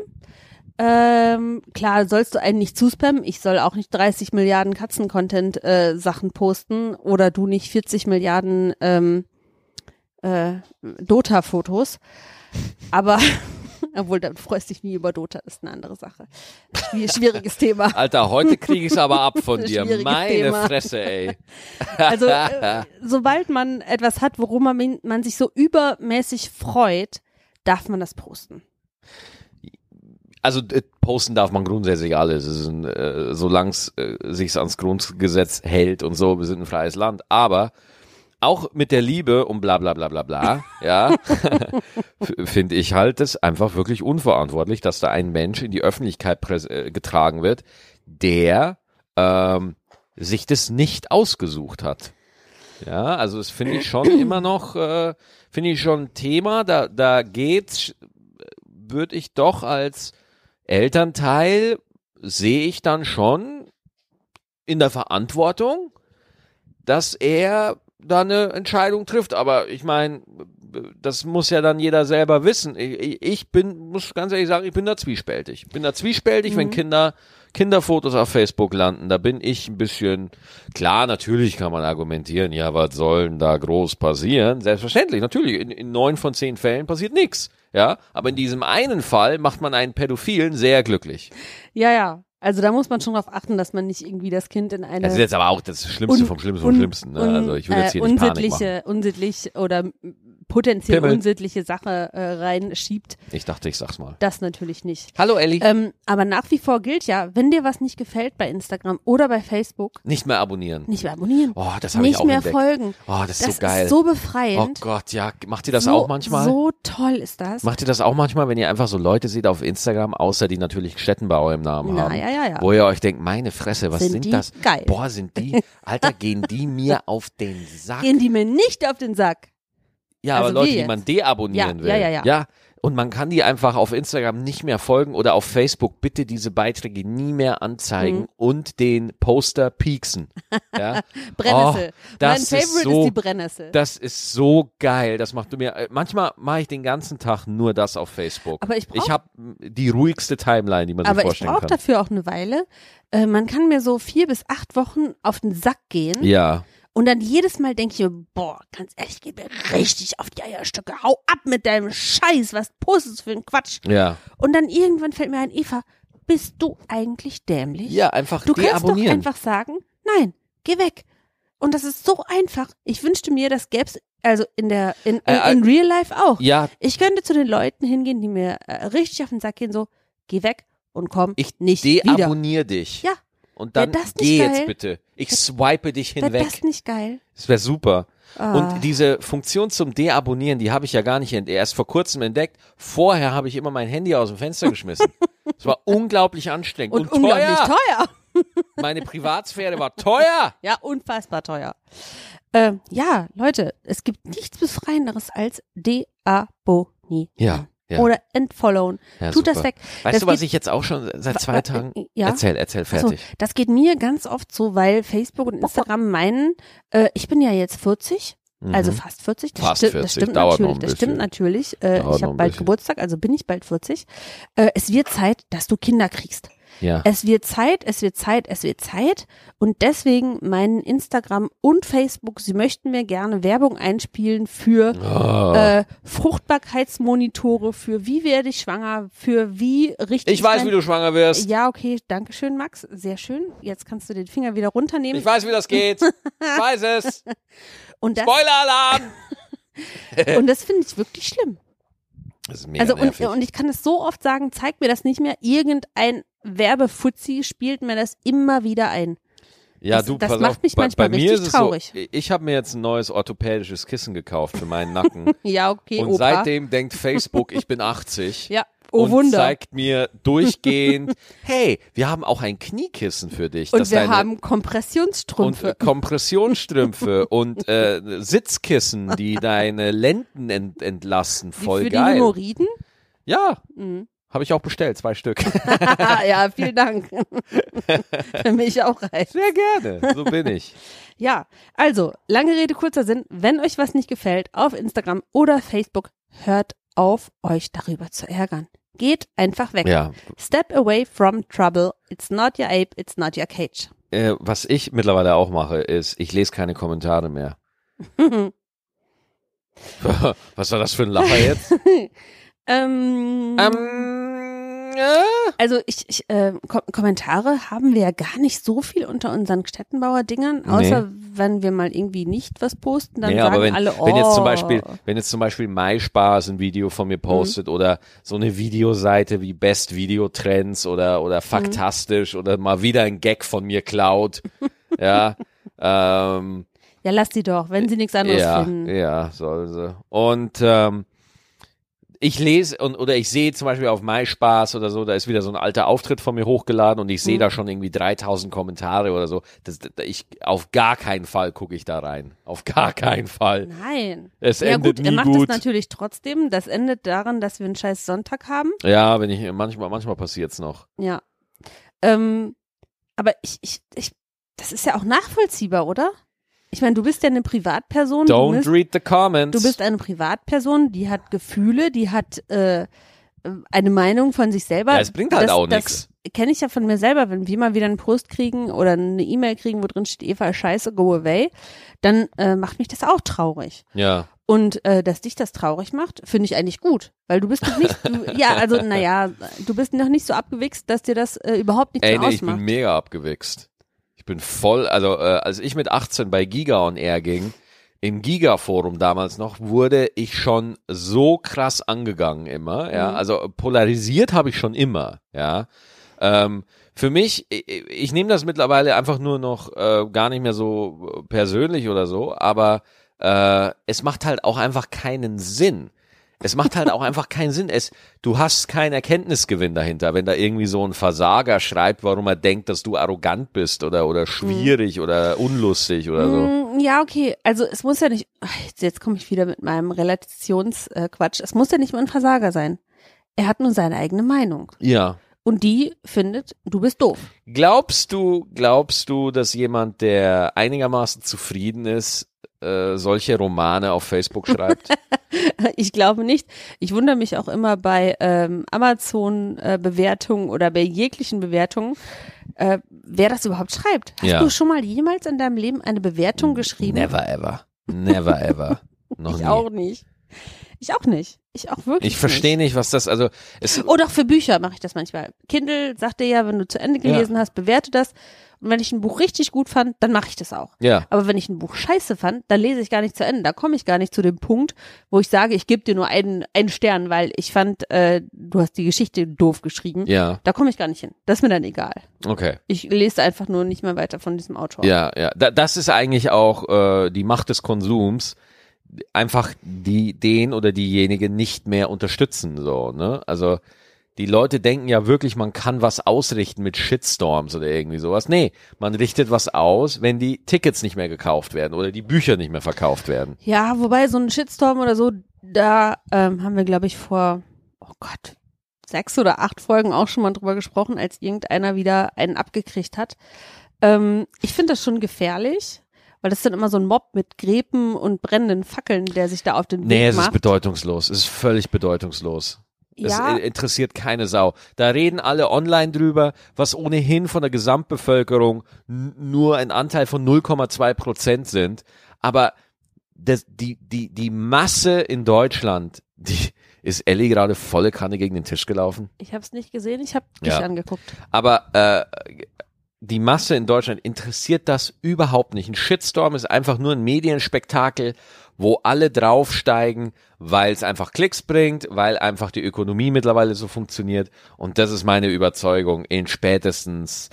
Speaker 2: Ähm, klar, sollst du einen nicht zuspammen. Ich soll auch nicht 30 Milliarden Katzen-Content-Sachen posten oder du nicht 40 Milliarden ähm, äh, Dota-Fotos. Aber, obwohl, dann freust dich nie über Dota, ist eine andere Sache. Schwier schwieriges Thema.
Speaker 1: Alter, heute kriege ich es aber ab von dir.
Speaker 2: Schwieriges
Speaker 1: Meine
Speaker 2: Thema.
Speaker 1: Fresse, ey.
Speaker 2: Also, äh, sobald man etwas hat, worum man, man sich so übermäßig freut, darf man das posten.
Speaker 1: Also äh, posten darf man grundsätzlich alles, Es ist ein, äh, solange es äh, sich ans Grundgesetz hält und so, wir sind ein freies Land. Aber auch mit der Liebe und bla bla bla bla bla, ja, f- finde ich halt das einfach wirklich unverantwortlich, dass da ein Mensch in die Öffentlichkeit präs- äh, getragen wird, der ähm, sich das nicht ausgesucht hat. Ja, also das finde ich schon immer noch, äh, finde ich schon ein Thema, da, da geht's, äh, würde ich doch als Elternteil sehe ich dann schon in der Verantwortung, dass er da eine Entscheidung trifft. Aber ich meine, das muss ja dann jeder selber wissen. Ich, ich bin, muss ganz ehrlich sagen, ich bin da zwiespältig. Ich bin da zwiespältig, wenn Kinder Kinderfotos auf Facebook landen. Da bin ich ein bisschen klar. Natürlich kann man argumentieren, ja, was soll denn da groß passieren? Selbstverständlich, natürlich. In, in neun von zehn Fällen passiert nichts. Ja, aber in diesem einen Fall macht man einen Pädophilen sehr glücklich.
Speaker 2: Ja, ja. Also da muss man schon darauf achten, dass man nicht irgendwie das Kind in eine
Speaker 1: Das ist jetzt aber auch das Schlimmste
Speaker 2: un-
Speaker 1: vom Schlimmsten vom
Speaker 2: un-
Speaker 1: Schlimmsten. Ne?
Speaker 2: un-
Speaker 1: Also ich will jetzt hier
Speaker 2: äh,
Speaker 1: nicht Panik machen.
Speaker 2: unsittliche, unsittlich oder m- potenziell
Speaker 1: Pimmel.
Speaker 2: unsittliche Sache äh, reinschiebt.
Speaker 1: Ich dachte, ich sag's mal.
Speaker 2: Das natürlich nicht.
Speaker 1: Hallo Elli.
Speaker 2: Ähm, aber nach wie vor gilt ja, wenn dir was nicht gefällt bei Instagram oder bei Facebook,
Speaker 1: nicht mehr abonnieren.
Speaker 2: nicht mehr abonnieren,
Speaker 1: Oh, das habe ich
Speaker 2: nicht
Speaker 1: auch
Speaker 2: mehr
Speaker 1: entdeckt.
Speaker 2: folgen.
Speaker 1: Oh, das ist
Speaker 2: das
Speaker 1: so geil.
Speaker 2: ist so
Speaker 1: oh
Speaker 2: befreiend.
Speaker 1: Gott, ja. Macht ihr das
Speaker 2: so,
Speaker 1: auch manchmal?
Speaker 2: So toll ist das.
Speaker 1: Macht ihr das auch manchmal, wenn ihr einfach so Leute seht auf Instagram, außer die natürlich Stettenbauer im Namen
Speaker 2: Na,
Speaker 1: haben?
Speaker 2: ja, ja, ja.
Speaker 1: Wo ihr euch denkt, meine Fresse, was
Speaker 2: Sind
Speaker 1: sind,
Speaker 2: die
Speaker 1: das?
Speaker 2: geil.
Speaker 1: Boah, sind die, Alter, gehen die mir auf den Sack.
Speaker 2: Gehen die mir nicht auf den Sack.
Speaker 1: Ja,
Speaker 2: Also
Speaker 1: aber Leute,
Speaker 2: wir
Speaker 1: die
Speaker 2: jetzt.
Speaker 1: man deabonnieren
Speaker 2: Ja,
Speaker 1: will.
Speaker 2: ja, ja, ja.
Speaker 1: und man kann die einfach auf Instagram nicht mehr folgen oder auf Facebook bitte diese Beiträge nie mehr anzeigen
Speaker 2: Mhm.
Speaker 1: und den Poster pieksen. Ja?
Speaker 2: Brennnessel.
Speaker 1: Oh, das
Speaker 2: mein
Speaker 1: ist
Speaker 2: Favorite
Speaker 1: so,
Speaker 2: ist die Brennnessel.
Speaker 1: Das ist so geil. Das macht du mir. äh, Manchmal mache ich den ganzen Tag nur das auf Facebook.
Speaker 2: Aber ich brauch-
Speaker 1: ich habe die ruhigste Timeline, die man
Speaker 2: Aber
Speaker 1: sich
Speaker 2: ich
Speaker 1: vorstellen
Speaker 2: brauche
Speaker 1: kann.
Speaker 2: dafür auch eine Weile. Äh, man kann mir so vier bis acht Wochen auf den Sack gehen.
Speaker 1: ja.
Speaker 2: Und dann jedes Mal denke ich mir, boah, ganz ehrlich, geht mir richtig auf die Eierstöcke. Hau ab mit deinem Scheiß, was postest du für einen Quatsch?
Speaker 1: Ja.
Speaker 2: Und dann irgendwann fällt mir ein, Eva, bist du eigentlich dämlich?
Speaker 1: Ja, einfach
Speaker 2: Du kannst doch
Speaker 1: deabonnieren.
Speaker 2: einfach sagen, nein, geh weg. Und das ist so einfach. Ich wünschte mir, das gäb's also in der in, in,
Speaker 1: Äh, äh,
Speaker 2: in real life auch.
Speaker 1: ja,
Speaker 2: Ich könnte zu den Leuten hingehen, die mir äh, richtig auf den Sack gehen, so, geh weg und komm
Speaker 1: ich
Speaker 2: nicht wieder.
Speaker 1: deabonniere dich.
Speaker 2: Ja.
Speaker 1: Und dann
Speaker 2: Wär das nicht
Speaker 1: geh jetzt
Speaker 2: geil?
Speaker 1: bitte. Ich swipe dich
Speaker 2: Wäre
Speaker 1: hinweg.
Speaker 2: das nicht geil?
Speaker 1: Das wäre super.
Speaker 2: Ah.
Speaker 1: Und diese Funktion zum Deabonnieren, die habe ich ja gar nicht ent- erst vor kurzem entdeckt. Vorher habe ich immer mein Handy aus dem Fenster geschmissen. Es war unglaublich anstrengend.
Speaker 2: Und,
Speaker 1: Und,
Speaker 2: unglaublich
Speaker 1: teuer.
Speaker 2: teuer.
Speaker 1: Meine Privatsphäre war teuer.
Speaker 2: Ja, unfassbar teuer. Ähm, ja, Leute, es gibt nichts Befreienderes als deabonnieren.
Speaker 1: Ja, ja.
Speaker 2: Oder entfollowen.
Speaker 1: Ja,
Speaker 2: Tut das
Speaker 1: super.
Speaker 2: weg.
Speaker 1: Weißt
Speaker 2: das
Speaker 1: du, was
Speaker 2: geht-
Speaker 1: ich jetzt auch schon seit zwei Tagen.
Speaker 2: Ja.
Speaker 1: Erzähl, erzähl,
Speaker 2: Ach so,
Speaker 1: fertig.
Speaker 2: das geht mir ganz oft so, weil Facebook und Instagram meinen, äh, ich bin ja jetzt 40,
Speaker 1: Mhm.
Speaker 2: also fast 40. Das,
Speaker 1: Fast
Speaker 2: stimmt-
Speaker 1: 40,
Speaker 2: das stimmt
Speaker 1: dauert noch
Speaker 2: natürlich.
Speaker 1: ein
Speaker 2: das stimmt
Speaker 1: bisschen.
Speaker 2: natürlich.
Speaker 1: Dauert
Speaker 2: Äh, ich
Speaker 1: noch
Speaker 2: habe
Speaker 1: ein
Speaker 2: bald
Speaker 1: bisschen.
Speaker 2: Geburtstag, also bin ich bald 40. Äh, es wird Zeit, dass du Kinder kriegst.
Speaker 1: ja.
Speaker 2: Es wird Zeit, es wird Zeit, es wird Zeit. Und deswegen meinen Instagram und Facebook, sie möchten mir gerne Werbung einspielen für
Speaker 1: Oh.
Speaker 2: äh, Fruchtbarkeitsmonitore, für wie werde ich schwanger, für wie richtig.
Speaker 1: ich weiß,
Speaker 2: mein-
Speaker 1: wie du schwanger wirst.
Speaker 2: Ja, okay, danke schön, Max. Sehr schön. Jetzt kannst du den Finger wieder runternehmen.
Speaker 1: Ich weiß, wie das geht. Ich weiß es.
Speaker 2: und das,
Speaker 1: Spoiler-Alarm.
Speaker 2: und das finde ich wirklich schlimm.
Speaker 1: Das ist mega
Speaker 2: Also und,
Speaker 1: nervig.
Speaker 2: und ich kann es so oft sagen, zeig mir das nicht mehr. Irgendein Werbefuzzi spielt mir das immer wieder ein.
Speaker 1: Ja,
Speaker 2: Das-
Speaker 1: du,
Speaker 2: das
Speaker 1: pass
Speaker 2: macht
Speaker 1: auf,
Speaker 2: mich
Speaker 1: bei,
Speaker 2: manchmal
Speaker 1: bei mir
Speaker 2: richtig
Speaker 1: ist es
Speaker 2: traurig.
Speaker 1: So, ich habe mir jetzt ein neues orthopädisches Kissen gekauft für meinen Nacken.
Speaker 2: Ja, okay,
Speaker 1: und
Speaker 2: Opa.
Speaker 1: seitdem denkt Facebook, ich bin 80.
Speaker 2: ja, oh
Speaker 1: und
Speaker 2: Wunder.
Speaker 1: zeigt mir durchgehend, hey, wir haben auch ein Kniekissen für dich.
Speaker 2: Und
Speaker 1: das
Speaker 2: wir
Speaker 1: deine,
Speaker 2: haben
Speaker 1: und
Speaker 2: Kompressionsstrümpfe.
Speaker 1: äh, Kompressionsstrümpfe und äh, Sitzkissen, die deine Lenden ent entlasten.
Speaker 2: Die
Speaker 1: Voll
Speaker 2: für die
Speaker 1: geil.
Speaker 2: Hämorrhoiden?
Speaker 1: ja, habe ich auch bestellt, zwei Stück.
Speaker 2: ja, vielen Dank. für mich auch rein.
Speaker 1: Sehr gerne, so bin ich.
Speaker 2: Ja, also, lange Rede, kurzer Sinn. Wenn euch was nicht gefällt, auf Instagram oder Facebook, Hört auf, euch darüber zu ärgern. Geht einfach weg.
Speaker 1: Ja,
Speaker 2: Step away from trouble. It's not your ape, it's not your cage.
Speaker 1: äh, was ich mittlerweile auch mache, ist, ich lese keine Kommentare mehr. was war das für ein Lacher jetzt?
Speaker 2: ähm,
Speaker 1: ähm, äh,
Speaker 2: also ich, ich äh, Ko Kommentare haben wir ja gar nicht so viel unter unseren Städtenbauer-Dingern, außer wenn wir mal irgendwie nicht was posten, dann
Speaker 1: nee,
Speaker 2: sagen
Speaker 1: aber wenn,
Speaker 2: alle, oh. Mhm.
Speaker 1: wenn jetzt zum Beispiel, wenn jetzt zum Beispiel MySpaß ein Video von mir postet oder so eine Videoseite wie Best Video Trends oder, oder
Speaker 2: Mhm.
Speaker 1: Faktastisch oder mal wieder ein Gag von mir klaut, ja, ähm,
Speaker 2: ja, lass die doch, wenn sie nichts anderes
Speaker 1: ja,
Speaker 2: finden.
Speaker 1: Ja, soll sie. Und ähm, ich lese und oder ich sehe zum Beispiel auf MySpaß oder so, da ist wieder so ein alter Auftritt von mir hochgeladen und ich
Speaker 2: Mhm.
Speaker 1: sehe da schon irgendwie 3000 Kommentare oder so. Das, das, ich auf gar keinen Fall gucke ich da rein. Auf gar keinen Fall.
Speaker 2: Nein.
Speaker 1: Es
Speaker 2: ja
Speaker 1: endet
Speaker 2: gut, er
Speaker 1: nie
Speaker 2: macht
Speaker 1: gut.
Speaker 2: das natürlich trotzdem. Das endet daran, dass wir einen scheiß Sonntag haben.
Speaker 1: Ja, wenn ich manchmal manchmal passiert's noch.
Speaker 2: Ja. Ähm, aber ich, ich, ich, das ist ja auch nachvollziehbar, oder? Ich meine, du bist ja eine Privatperson. du
Speaker 1: Don't
Speaker 2: bist,
Speaker 1: read the comments.
Speaker 2: du bist eine Privatperson, die hat Gefühle, die hat äh, eine Meinung von sich selber.
Speaker 1: Ja, es bringt halt
Speaker 2: das,
Speaker 1: auch
Speaker 2: das
Speaker 1: nix.
Speaker 2: Kenne ich ja von mir selber, wenn wir mal wieder einen Post kriegen oder eine E-Mail kriegen, wo drin steht, Eva, scheiße, go away, dann äh, macht mich das auch traurig.
Speaker 1: ja.
Speaker 2: Und äh, dass dich das traurig macht, finde ich eigentlich gut, weil du bist noch nicht, du, ja, also naja, du bist noch nicht so abgewichst, dass dir das äh, überhaupt nichts
Speaker 1: Ey,
Speaker 2: mehr
Speaker 1: nee, ich bin
Speaker 2: ausmacht.
Speaker 1: mega abgewichst. Ich bin voll, also äh, als ich mit 18 bei Giga on Air ging, im Giga-Forum damals noch, wurde ich schon so krass angegangen immer. Ja,
Speaker 2: Mhm.
Speaker 1: also äh, polarisiert habe ich schon immer. Ja, ähm, für mich, ich, ich nehme das mittlerweile einfach nur noch äh, gar nicht mehr so persönlich oder so, aber äh, es macht halt auch einfach keinen Sinn. Es macht halt auch einfach keinen Sinn. Es, du hast keinen Erkenntnisgewinn dahinter, wenn da irgendwie so ein Versager schreibt, warum er denkt, dass du arrogant bist oder, oder schwierig oder unlustig oder so.
Speaker 2: Mm, Ja, okay. Also es muss ja nicht, Ach, jetzt- jetzt komme ich wieder mit meinem Relationsquatsch. Äh, Quatsch. es muss ja nicht mal ein Versager sein. Er hat nur seine eigene Meinung.
Speaker 1: Ja.
Speaker 2: Und die findet, du bist doof.
Speaker 1: Glaubst du, glaubst du, dass jemand, der einigermaßen zufrieden ist, äh, solche Romane auf Facebook schreibt?
Speaker 2: Ich glaube nicht. Ich wundere mich auch immer bei ähm, Amazon-Bewertungen oder bei jeglichen Bewertungen, äh, wer das überhaupt schreibt. Hast
Speaker 1: Ja.
Speaker 2: du schon mal jemals in deinem Leben eine Bewertung geschrieben?
Speaker 1: Never ever. Never ever. Noch
Speaker 2: ich
Speaker 1: nie.
Speaker 2: auch nicht. Ich auch nicht. Ich auch wirklich.
Speaker 1: ich verstehe nicht, was das, also, es,
Speaker 2: Nicht. Oh, doch für Bücher mache ich das manchmal. Kindle sagt dir ja, wenn du zu Ende
Speaker 1: Ja.
Speaker 2: gelesen hast, bewerte das. Und wenn ich ein Buch richtig gut fand, dann mache ich das auch.
Speaker 1: ja.
Speaker 2: Aber wenn ich ein Buch scheiße fand, dann lese ich gar nicht zu Ende. Da komme ich gar nicht zu dem Punkt, wo ich sage, ich gebe dir nur einen, einen Stern, weil ich fand, äh, du hast die Geschichte doof geschrieben.
Speaker 1: Ja,
Speaker 2: Da komme ich gar nicht hin. Das ist mir dann egal.
Speaker 1: okay.
Speaker 2: Ich lese einfach nur nicht mehr weiter von diesem Autor.
Speaker 1: Ja, ja. Da, das ist eigentlich auch äh, die Macht des Konsums. Einfach die, den oder diejenige nicht mehr unterstützen, so, ne? Also, die Leute denken ja wirklich, man kann was ausrichten mit Shitstorms oder irgendwie sowas. Nee, man richtet was aus, wenn die Tickets nicht mehr gekauft werden oder die Bücher nicht mehr verkauft werden.
Speaker 2: Ja, wobei so ein Shitstorm oder so, da ähm, haben wir, glaube ich, vor, oh Gott, sechs oder acht Folgen auch schon mal drüber gesprochen, als irgendeiner wieder einen abgekriegt hat. Ähm, ich finde das schon gefährlich, weil das dann immer so ein Mob mit Gräben und brennenden Fackeln, der sich da auf den Weg
Speaker 1: Nee, es ist
Speaker 2: macht.
Speaker 1: bedeutungslos. Es ist völlig bedeutungslos.
Speaker 2: ja,
Speaker 1: Es äh, i- interessiert keine Sau. Da reden alle online drüber, was ohnehin von der Gesamtbevölkerung n- nur ein Anteil von 0,2 Prozent sind. Aber das, die, die, die Masse in Deutschland, die ist Ellie gerade volle Kanne gegen den Tisch gelaufen.
Speaker 2: ich habe es nicht gesehen, ich habe dich
Speaker 1: Ja.
Speaker 2: angeguckt.
Speaker 1: Aber äh, die Masse in Deutschland interessiert das überhaupt nicht. Ein Shitstorm ist einfach nur ein Medienspektakel, wo alle draufsteigen, weil es einfach Klicks bringt, weil einfach die Ökonomie mittlerweile so funktioniert. Und das ist meine Überzeugung. In spätestens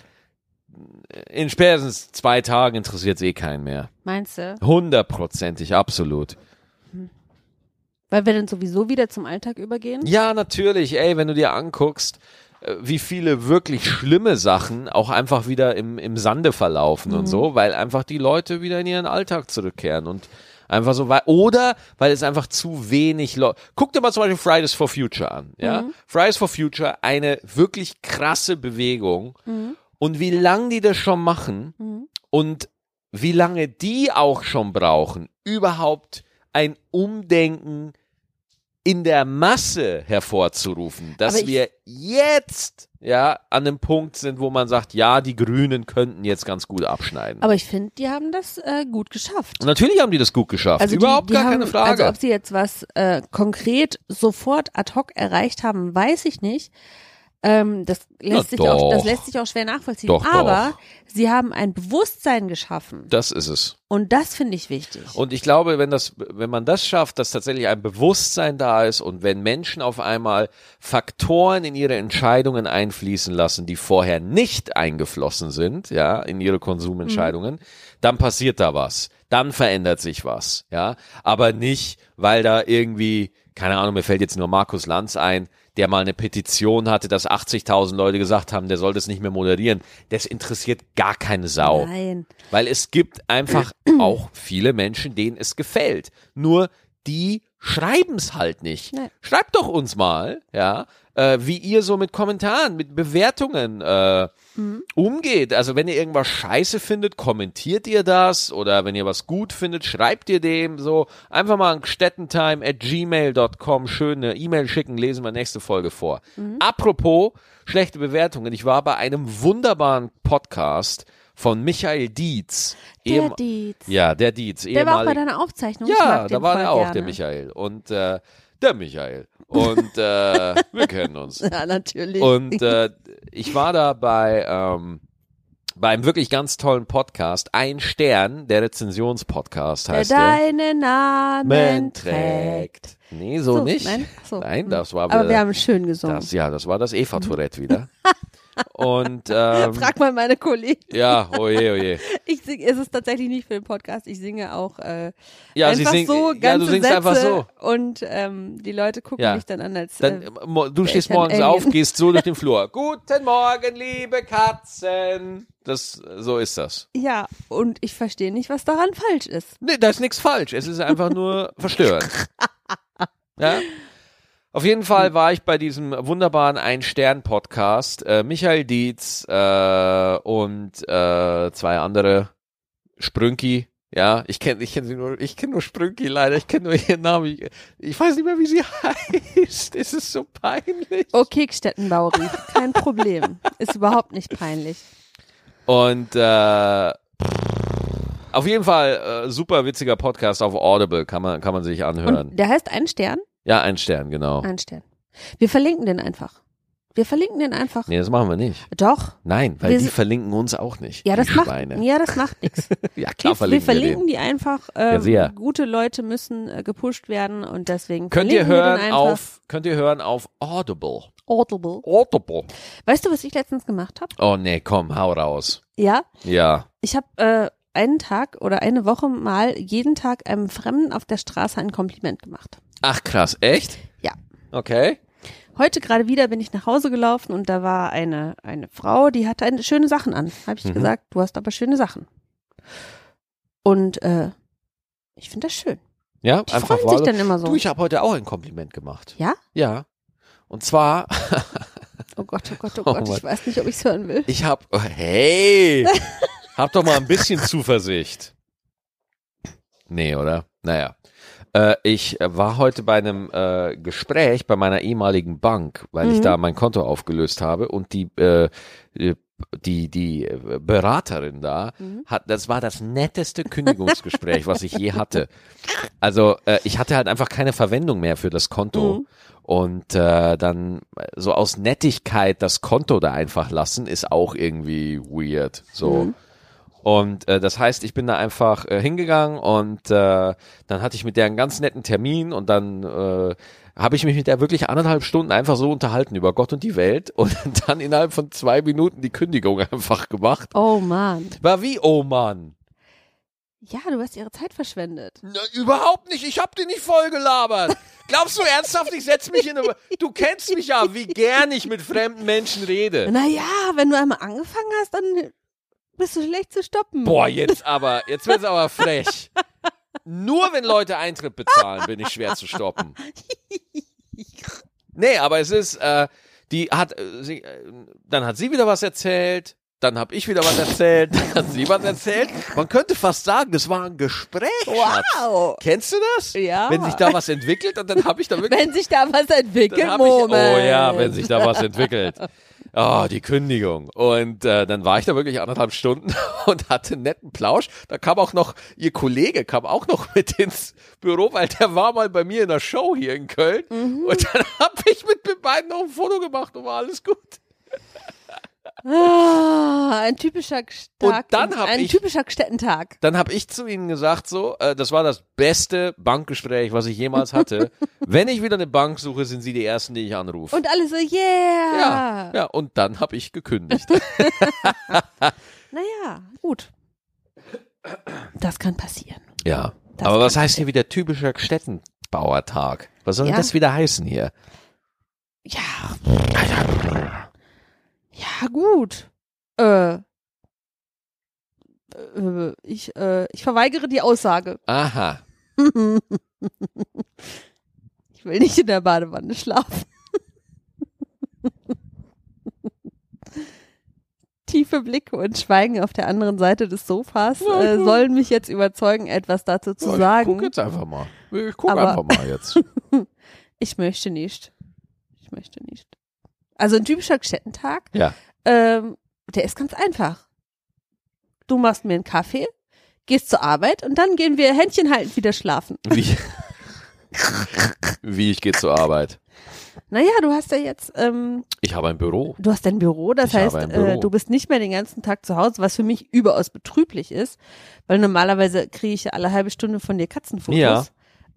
Speaker 1: in spätestens zwei Tagen interessiert es eh keinen mehr.
Speaker 2: Meinst du?
Speaker 1: Hundertprozentig, absolut.
Speaker 2: Weil wir dann sowieso wieder zum Alltag übergehen?
Speaker 1: Ja, natürlich. Ey, wenn du dir anguckst, äh, wie viele wirklich schlimme Sachen auch einfach wieder im, im Sande verlaufen und so, weil einfach die Leute wieder in ihren Alltag zurückkehren und einfach so wei- oder weil es einfach zu wenig Leute. Guck dir mal zum Beispiel Fridays for Future an. Ja? Fridays for Future, eine wirklich krasse Bewegung. Und wie lange die das schon machen und wie lange die auch schon brauchen, überhaupt ein Umdenken in der Masse hervorzurufen, dass
Speaker 2: Aber ich-
Speaker 1: wir jetzt ja an dem Punkt sind, wo man sagt, ja, die Grünen könnten jetzt ganz gut abschneiden.
Speaker 2: Aber ich finde, die haben das äh, gut geschafft.
Speaker 1: Und Natürlich haben die das gut geschafft,
Speaker 2: Also
Speaker 1: überhaupt
Speaker 2: die, die
Speaker 1: gar
Speaker 2: haben,
Speaker 1: keine Frage.
Speaker 2: Also ob sie jetzt was äh, konkret sofort ad hoc erreicht haben, weiß ich nicht. Ähm, das,
Speaker 1: Na
Speaker 2: lässt sich auch, das
Speaker 1: doch.
Speaker 2: lässt sich auch schwer nachvollziehen.
Speaker 1: Doch, doch.
Speaker 2: Aber sie haben ein Bewusstsein geschaffen.
Speaker 1: das ist es.
Speaker 2: Und das finde ich wichtig.
Speaker 1: Und ich glaube, wenn, das, wenn man das schafft, dass tatsächlich ein Bewusstsein da ist und wenn Menschen auf einmal Faktoren in ihre Entscheidungen einfließen lassen, die vorher nicht eingeflossen sind, ja, in ihre Konsumentscheidungen, dann passiert da was. Dann verändert sich was, ja. Aber nicht, weil da irgendwie, keine Ahnung, mir fällt jetzt nur Markus Lanz ein, der mal eine Petition hatte, dass 80.000 Leute gesagt haben, der soll das nicht mehr moderieren. Das interessiert gar keine Sau.
Speaker 2: Nein.
Speaker 1: Weil es gibt einfach auch viele Menschen, denen es gefällt. Nur die schreiben es halt nicht.
Speaker 2: Nee.
Speaker 1: Schreibt doch uns mal, ja, äh, wie ihr so mit Kommentaren, mit Bewertungen äh, umgeht. Also wenn ihr irgendwas scheiße findet, kommentiert ihr das oder wenn ihr was gut findet, schreibt ihr dem so. Einfach mal an stettentime at gmail.com schöne E-Mail schicken, lesen wir nächste Folge vor. Apropos schlechte Bewertungen, ich war bei einem wunderbaren Podcast von Michael Dietz.
Speaker 2: Der
Speaker 1: ehem-
Speaker 2: Dietz.
Speaker 1: ja, der Dietz.
Speaker 2: der war auch bei
Speaker 1: ehemalig-
Speaker 2: deiner Aufzeichnung. ich
Speaker 1: ja,
Speaker 2: mag den
Speaker 1: da war
Speaker 2: voll
Speaker 1: er auch,
Speaker 2: gerne.
Speaker 1: der Michael. Und äh, der Michael. Und äh, wir kennen uns.
Speaker 2: Ja, natürlich.
Speaker 1: Und äh, ich war da bei, ähm, bei einem wirklich ganz tollen Podcast, Ein Stern, der Rezensionspodcast
Speaker 2: der
Speaker 1: heißt der.
Speaker 2: deinen Namen trägt.
Speaker 1: Nee, so, nicht.
Speaker 2: Nein, Ach so.
Speaker 1: Nein,
Speaker 2: Hm.
Speaker 1: das war
Speaker 2: Aber wir
Speaker 1: wieder,
Speaker 2: haben schön gesungen.
Speaker 1: das, ja, das war das Eva Tourette wieder. Und ähm,
Speaker 2: Frag mal meine Kollegen.
Speaker 1: ja, oje, oje.
Speaker 2: Ich sing, es ist tatsächlich nicht für den Podcast. Ich singe auch äh,
Speaker 1: Ja, sie
Speaker 2: einfach
Speaker 1: singt-
Speaker 2: so ganze
Speaker 1: ja, du singst
Speaker 2: Sätze
Speaker 1: einfach so.
Speaker 2: und ähm, die Leute gucken
Speaker 1: Ja.
Speaker 2: mich dann an als
Speaker 1: Dann,
Speaker 2: äh,
Speaker 1: äh, mo- du stehst
Speaker 2: ich ein
Speaker 1: morgens
Speaker 2: Alien?
Speaker 1: auf, gehst so durch den Flur. Guten Morgen, liebe Katzen. Das, so ist das.
Speaker 2: ja und ich verstehe nicht, was daran falsch ist.
Speaker 1: Nee, da ist nichts falsch. Es ist einfach nur verstörend. Ja? Auf jeden Fall war ich bei diesem wunderbaren Ein-Stern-Podcast. Äh, Michael Dietz äh, und äh, zwei andere. Sprünki. Ja, ich kenne ich kenn sie nur, ich kenne nur Sprünki leider, ich kenne nur ihren Namen. Ich, ich weiß nicht mehr, wie sie heißt. Es ist so peinlich.
Speaker 2: Oh, Kickstättenbauri, kein Problem, ist überhaupt nicht peinlich.
Speaker 1: Und äh, auf jeden Fall äh, super witziger Podcast auf Audible, kann man, kann man sich anhören.
Speaker 2: Und der heißt ein Stern,
Speaker 1: ja, ein Stern, genau.
Speaker 2: ein Stern. Wir verlinken den einfach. Wir verlinken den einfach.
Speaker 1: Nee, das machen wir nicht.
Speaker 2: Doch.
Speaker 1: Nein, weil
Speaker 2: Wir
Speaker 1: die
Speaker 2: sind-
Speaker 1: verlinken uns auch nicht.
Speaker 2: Ja,
Speaker 1: die
Speaker 2: das macht
Speaker 1: Schweine.
Speaker 2: ja das macht nichts.
Speaker 1: Ja, klar
Speaker 2: Wir,
Speaker 1: verlinken wir, den.
Speaker 2: wir verlinken die einfach. Ähm,
Speaker 1: Ja, sehr.
Speaker 2: Gute Leute müssen äh, gepusht werden und deswegen
Speaker 1: Könnt ihr
Speaker 2: verlinken wir den
Speaker 1: hören
Speaker 2: einfach.
Speaker 1: auf, könnt ihr hören auf Audible.
Speaker 2: Audible.
Speaker 1: Audible.
Speaker 2: Weißt du, was ich letztens gemacht habe?
Speaker 1: Oh nee, komm, hau raus.
Speaker 2: Ja,
Speaker 1: Ja.
Speaker 2: ich habe äh, einen Tag oder eine Woche mal jeden Tag einem Fremden auf der Straße ein Kompliment gemacht.
Speaker 1: Ach krass, echt?
Speaker 2: Ja.
Speaker 1: Okay.
Speaker 2: Heute gerade wieder bin ich nach Hause gelaufen und da war eine, eine Frau, die hatte eine, schöne Sachen an. Habe ich
Speaker 1: Mhm.
Speaker 2: gesagt, du hast aber schöne Sachen. Und äh, ich finde das schön.
Speaker 1: Ja,
Speaker 2: Die
Speaker 1: einfach
Speaker 2: freuen sich
Speaker 1: wahl-
Speaker 2: dann immer so.
Speaker 1: Du, ich habe heute auch ein Kompliment gemacht.
Speaker 2: Ja?
Speaker 1: Ja. Und zwar
Speaker 2: oh Gott, oh Gott, oh
Speaker 1: Oh
Speaker 2: Gott, ich
Speaker 1: Mann.
Speaker 2: weiß nicht, ob ich es hören will.
Speaker 1: Ich hab. oh, Hey! hab doch mal ein bisschen Zuversicht. Nee, oder? Naja. Äh, ich äh, war heute bei einem äh, Gespräch bei meiner ehemaligen Bank, weil ich
Speaker 2: Mhm.
Speaker 1: da mein Konto aufgelöst habe und die, äh, die, die äh, Beraterin da
Speaker 2: Mhm.
Speaker 1: hat, das war das netteste Kündigungsgespräch, was ich je hatte. Also äh, ich hatte halt einfach keine Verwendung mehr für das Konto.
Speaker 2: Mhm.
Speaker 1: Und äh, dann äh, so aus Nettigkeit das Konto da einfach lassen, ist auch irgendwie weird. So.
Speaker 2: Mhm.
Speaker 1: Und äh, das heißt, ich bin da einfach äh, hingegangen und äh, dann hatte ich mit der einen ganz netten Termin und dann äh, habe ich mich mit der wirklich anderthalb Stunden einfach so unterhalten über Gott und die Welt und dann innerhalb von zwei Minuten die Kündigung einfach gemacht.
Speaker 2: Oh Mann.
Speaker 1: War wie, oh Mann.
Speaker 2: Ja, du hast ihre Zeit verschwendet.
Speaker 1: Na, überhaupt nicht. Ich hab dir nicht voll gelabert. Glaubst du ernsthaft, ich setz mich in eine. Du kennst mich ja, wie gern ich mit fremden Menschen rede.
Speaker 2: Naja, wenn du einmal angefangen hast, dann bist du schlecht zu stoppen.
Speaker 1: Boah, jetzt aber, jetzt wird's aber frech. Nur wenn Leute Eintritt bezahlen, bin ich schwer zu stoppen. Nee, aber es ist, äh, die hat, äh, sie, äh, dann hat sie wieder was erzählt. Dann habe ich wieder was erzählt, dann hat sie was erzählt. Man könnte fast sagen, das war ein Gespräch. Schatz.
Speaker 2: Wow.
Speaker 1: Kennst du das?
Speaker 2: Ja.
Speaker 1: Wenn sich da was entwickelt und dann habe ich da wirklich
Speaker 2: Wenn sich da was entwickelt,
Speaker 1: dann hab
Speaker 2: Moment.
Speaker 1: Ich, oh ja, wenn sich da was entwickelt. Oh, die Kündigung. Und äh, dann war ich da wirklich anderthalb Stunden und hatte einen netten Plausch. Da kam auch noch, ihr Kollege kam auch noch mit ins Büro, weil der war mal bei mir in der Show hier in Köln.
Speaker 2: Mhm.
Speaker 1: Und dann habe ich mit den beiden noch ein Foto gemacht und war alles gut.
Speaker 2: Ah, ein typischer Tag.
Speaker 1: dann hab
Speaker 2: ein
Speaker 1: ich-
Speaker 2: typischer Städtentag.
Speaker 1: Dann habe ich zu ihnen gesagt, so, äh, das war das beste Bankgespräch, was ich jemals hatte. Wenn ich wieder eine Bank suche, sind sie die Ersten, die ich anrufe.
Speaker 2: Und alle so, yeah.
Speaker 1: ja, ja, und dann habe ich gekündigt.
Speaker 2: Naja, gut. Das kann passieren.
Speaker 1: Ja.
Speaker 2: Das
Speaker 1: Aber was
Speaker 2: kann
Speaker 1: heißt hier wieder typischer Städtenbauertag? Was soll
Speaker 2: Ja.
Speaker 1: das wieder heißen hier?
Speaker 2: Ja, ja, gut. Äh, äh, ich, äh, ich verweigere die Aussage.
Speaker 1: Aha.
Speaker 2: Ich will nicht in der Badewanne schlafen. Tiefe Blicke und Schweigen auf der anderen Seite des Sofas
Speaker 1: Ja,
Speaker 2: äh,
Speaker 1: ja.
Speaker 2: sollen mich jetzt überzeugen, etwas dazu zu
Speaker 1: Ja, Ich guck
Speaker 2: sagen.
Speaker 1: jetzt einfach mal. Ich guck
Speaker 2: Aber-
Speaker 1: einfach mal jetzt.
Speaker 2: Ich möchte nicht. Ich möchte nicht. Also ein typischer Städtentag,
Speaker 1: Ja.
Speaker 2: ähm, der ist ganz einfach. Du machst mir einen Kaffee, gehst zur Arbeit und dann gehen wir Händchen halten wieder schlafen.
Speaker 1: Wie, wie ich gehe zur Arbeit.
Speaker 2: Naja, du hast ja jetzt ähm,
Speaker 1: Ich habe ein Büro.
Speaker 2: Du hast dein Büro, das
Speaker 1: Ich
Speaker 2: heißt,
Speaker 1: habe ein Büro.
Speaker 2: Äh, du bist nicht mehr den ganzen Tag zu Hause, was für mich überaus betrüblich ist, weil normalerweise kriege ich ja alle halbe Stunde von dir Katzenfotos.
Speaker 1: Ja.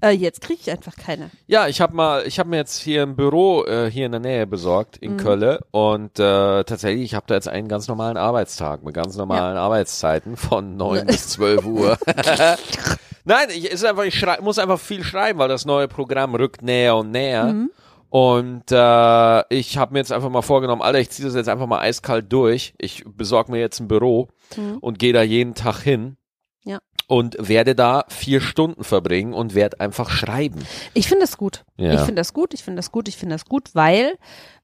Speaker 2: Äh, jetzt kriege ich einfach keine.
Speaker 1: Ja, ich habe mal, ich habe mir jetzt hier ein Büro äh, hier in der Nähe besorgt in Kölle und äh, tatsächlich, ich habe da jetzt einen ganz normalen Arbeitstag mit ganz normalen Arbeitszeiten von 9 bis 12 Uhr. Nein, ich, ist einfach, ich schrei muss einfach viel schreiben, weil das neue Programm rückt näher und näher. Und äh, ich habe mir jetzt einfach mal vorgenommen, Alter, ich ziehe das jetzt einfach mal eiskalt durch. Ich besorge mir jetzt ein Büro und gehe da jeden Tag hin.
Speaker 2: Ja.
Speaker 1: Und werde da vier Stunden verbringen und werde einfach schreiben.
Speaker 2: Ich finde das gut.
Speaker 1: Ja.
Speaker 2: Ich finde das gut, ich finde das gut, ich finde das gut, weil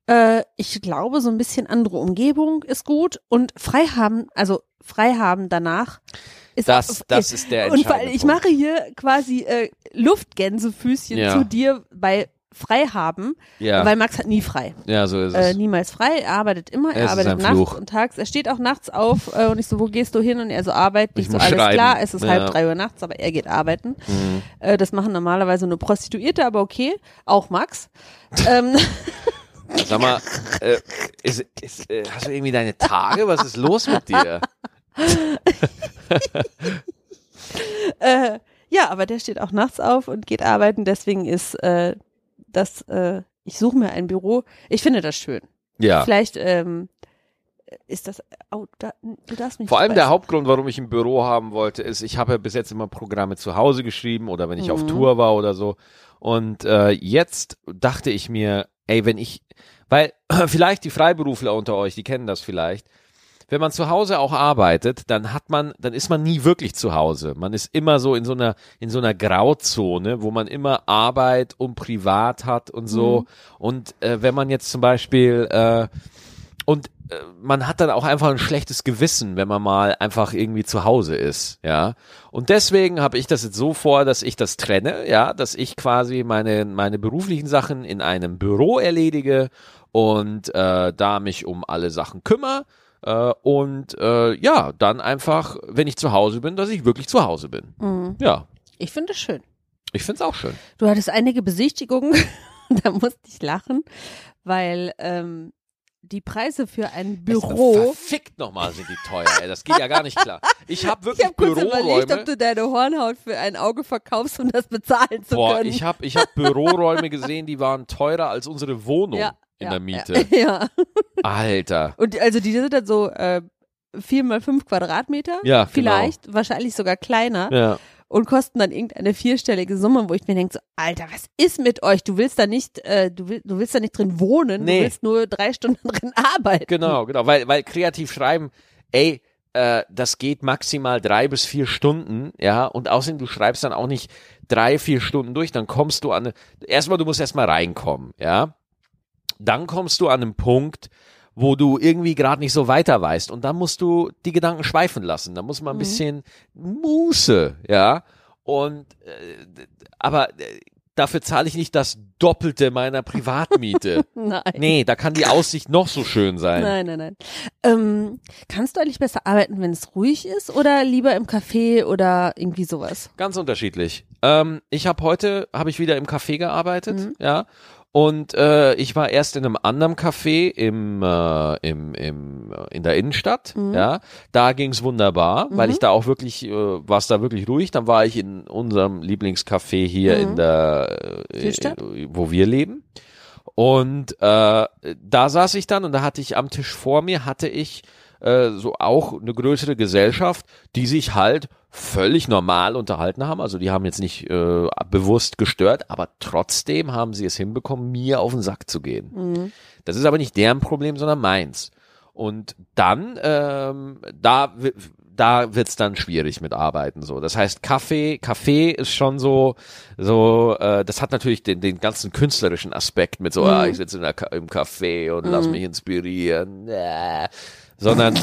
Speaker 2: äh, ich glaube, so ein bisschen andere Umgebung ist gut und frei haben, also frei haben danach ist
Speaker 1: Das, das ist der
Speaker 2: Und
Speaker 1: entscheidende
Speaker 2: vor allem, ich
Speaker 1: Punkt.
Speaker 2: mache hier quasi äh, Luftgänsefüßchen
Speaker 1: Ja.
Speaker 2: zu dir bei frei haben,
Speaker 1: ja.
Speaker 2: weil Max hat nie frei.
Speaker 1: ja, so ist
Speaker 2: äh,
Speaker 1: es.
Speaker 2: niemals frei, er arbeitet immer,
Speaker 1: Es
Speaker 2: er
Speaker 1: ist ein
Speaker 2: arbeitet nachts
Speaker 1: Fluch.
Speaker 2: und tags. Er steht auch nachts auf äh, und ich so, wo gehst du hin? Und er so, Arbeit.
Speaker 1: Ich
Speaker 2: Ich, so,
Speaker 1: muss
Speaker 2: alles
Speaker 1: schreiben.
Speaker 2: klar, es ist
Speaker 1: Ja.
Speaker 2: halb drei Uhr nachts, aber er geht arbeiten.
Speaker 1: Mhm.
Speaker 2: Äh, das machen normalerweise nur Prostituierte, aber okay, auch Max. ähm,
Speaker 1: Sag mal, äh, ist, ist, äh, hast du irgendwie deine Tage? Was ist los mit dir?
Speaker 2: äh, ja, aber der steht auch nachts auf und geht arbeiten, deswegen ist äh, das, äh, ich suche mir ein Büro. Ich finde das schön.
Speaker 1: Ja.
Speaker 2: Vielleicht ähm, ist das, oh, da, du darfst mich
Speaker 1: Vor
Speaker 2: nicht
Speaker 1: allem der
Speaker 2: beißen.
Speaker 1: Hauptgrund, warum ich ein Büro haben wollte, ist, ich habe ja bis jetzt immer Programme zu Hause geschrieben oder wenn ich auf Tour war oder so. Und äh, jetzt dachte ich mir, ey, wenn ich, weil vielleicht die Freiberufler unter euch, die kennen das vielleicht. Wenn man zu Hause auch arbeitet, dann hat man, dann ist man nie wirklich zu Hause. Man ist immer so in so einer, in so einer Grauzone, wo man immer Arbeit und Privat hat und so. Und äh, wenn man jetzt zum Beispiel äh, und äh, man hat dann auch einfach ein schlechtes Gewissen, wenn man mal einfach irgendwie zu Hause ist, ja. Und deswegen habe ich das jetzt so vor, dass ich das trenne, ja, dass ich quasi meine, meine beruflichen Sachen in einem Büro erledige und äh, da mich um alle Sachen kümmere. Äh, und äh, ja, dann einfach, wenn ich zu Hause bin, dass ich wirklich zu Hause bin.
Speaker 2: Mhm.
Speaker 1: Ja,
Speaker 2: Ich finde es schön.
Speaker 1: ich find's auch schön.
Speaker 2: Du hattest einige Besichtigungen, da musste ich lachen, weil ähm, die Preise für ein
Speaker 1: Es-
Speaker 2: Büro.
Speaker 1: Verfickt nochmal sind die teuer, ey. Das geht ja gar nicht klar. Ich habe
Speaker 2: Ich
Speaker 1: wirklich
Speaker 2: habe kurz
Speaker 1: Büroräume.
Speaker 2: überlegt, ob du deine Hornhaut für ein Auge verkaufst, um das bezahlen zu
Speaker 1: Boah,
Speaker 2: können.
Speaker 1: ich habe ich hab Büroräume gesehen, die waren teurer als unsere Wohnung
Speaker 2: Ja,
Speaker 1: in
Speaker 2: ja,
Speaker 1: der Miete.
Speaker 2: Ja, ja.
Speaker 1: Alter.
Speaker 2: Und die- also die sind dann so äh, vier mal fünf Quadratmeter.
Speaker 1: Ja, genau.
Speaker 2: Vielleicht, ne? wahrscheinlich sogar kleiner
Speaker 1: Ja.
Speaker 2: und kosten dann irgendeine vierstellige Summe, wo ich mir denke, so, Alter, was ist mit euch? Du willst da nicht, äh, du, will, du willst da nicht drin wohnen,
Speaker 1: Nee.
Speaker 2: du willst nur drei Stunden drin arbeiten.
Speaker 1: Genau, genau. Weil, weil kreativ schreiben, ey, äh, das geht maximal drei bis vier Stunden, ja. Und außerdem, du schreibst dann auch nicht drei, vier Stunden durch, dann kommst du an. eine- Erstmal, du musst erstmal reinkommen, ja. Dann kommst du an einen Punkt, wo du irgendwie gerade nicht so weiter weißt. Und da musst du die Gedanken schweifen lassen. Da muss man ein bisschen Muße, ja. Und äh, d- aber äh, dafür zahle ich nicht das Doppelte meiner Privatmiete.
Speaker 2: Nein.
Speaker 1: nee, da kann die Aussicht noch so schön sein.
Speaker 2: Nein, nein, nein. Ähm, kannst du eigentlich besser arbeiten, wenn es ruhig ist oder lieber im Café oder irgendwie sowas?
Speaker 1: Ganz unterschiedlich. Ähm, ich habe heute, habe ich wieder im Café gearbeitet, ja. Und äh, ich war erst in einem anderen Café im, äh, im, im, äh, in der Innenstadt, ja. Da ging's wunderbar, weil ich da auch wirklich, äh, war es da wirklich ruhig. Dann war ich in unserem Lieblingscafé hier in der, äh,
Speaker 2: Südstadt?
Speaker 1: wo wir leben. Und äh, da saß ich dann und da hatte ich am Tisch vor mir, hatte ich äh, so auch eine größere Gesellschaft, die sich halt völlig normal unterhalten haben. Also die haben jetzt nicht äh, bewusst gestört, aber trotzdem haben sie es hinbekommen, mir auf den Sack zu gehen. Das ist aber nicht deren Problem, sondern meins. Und dann, ähm, da, wi- da wird's dann schwierig mit Arbeiten so. Das heißt, Kaffee, Kaffee ist schon so, so, äh, das hat natürlich den, den ganzen künstlerischen Aspekt mit so, ah, ich sitze in der, Ka- im Café und lass mich inspirieren. Äh, sondern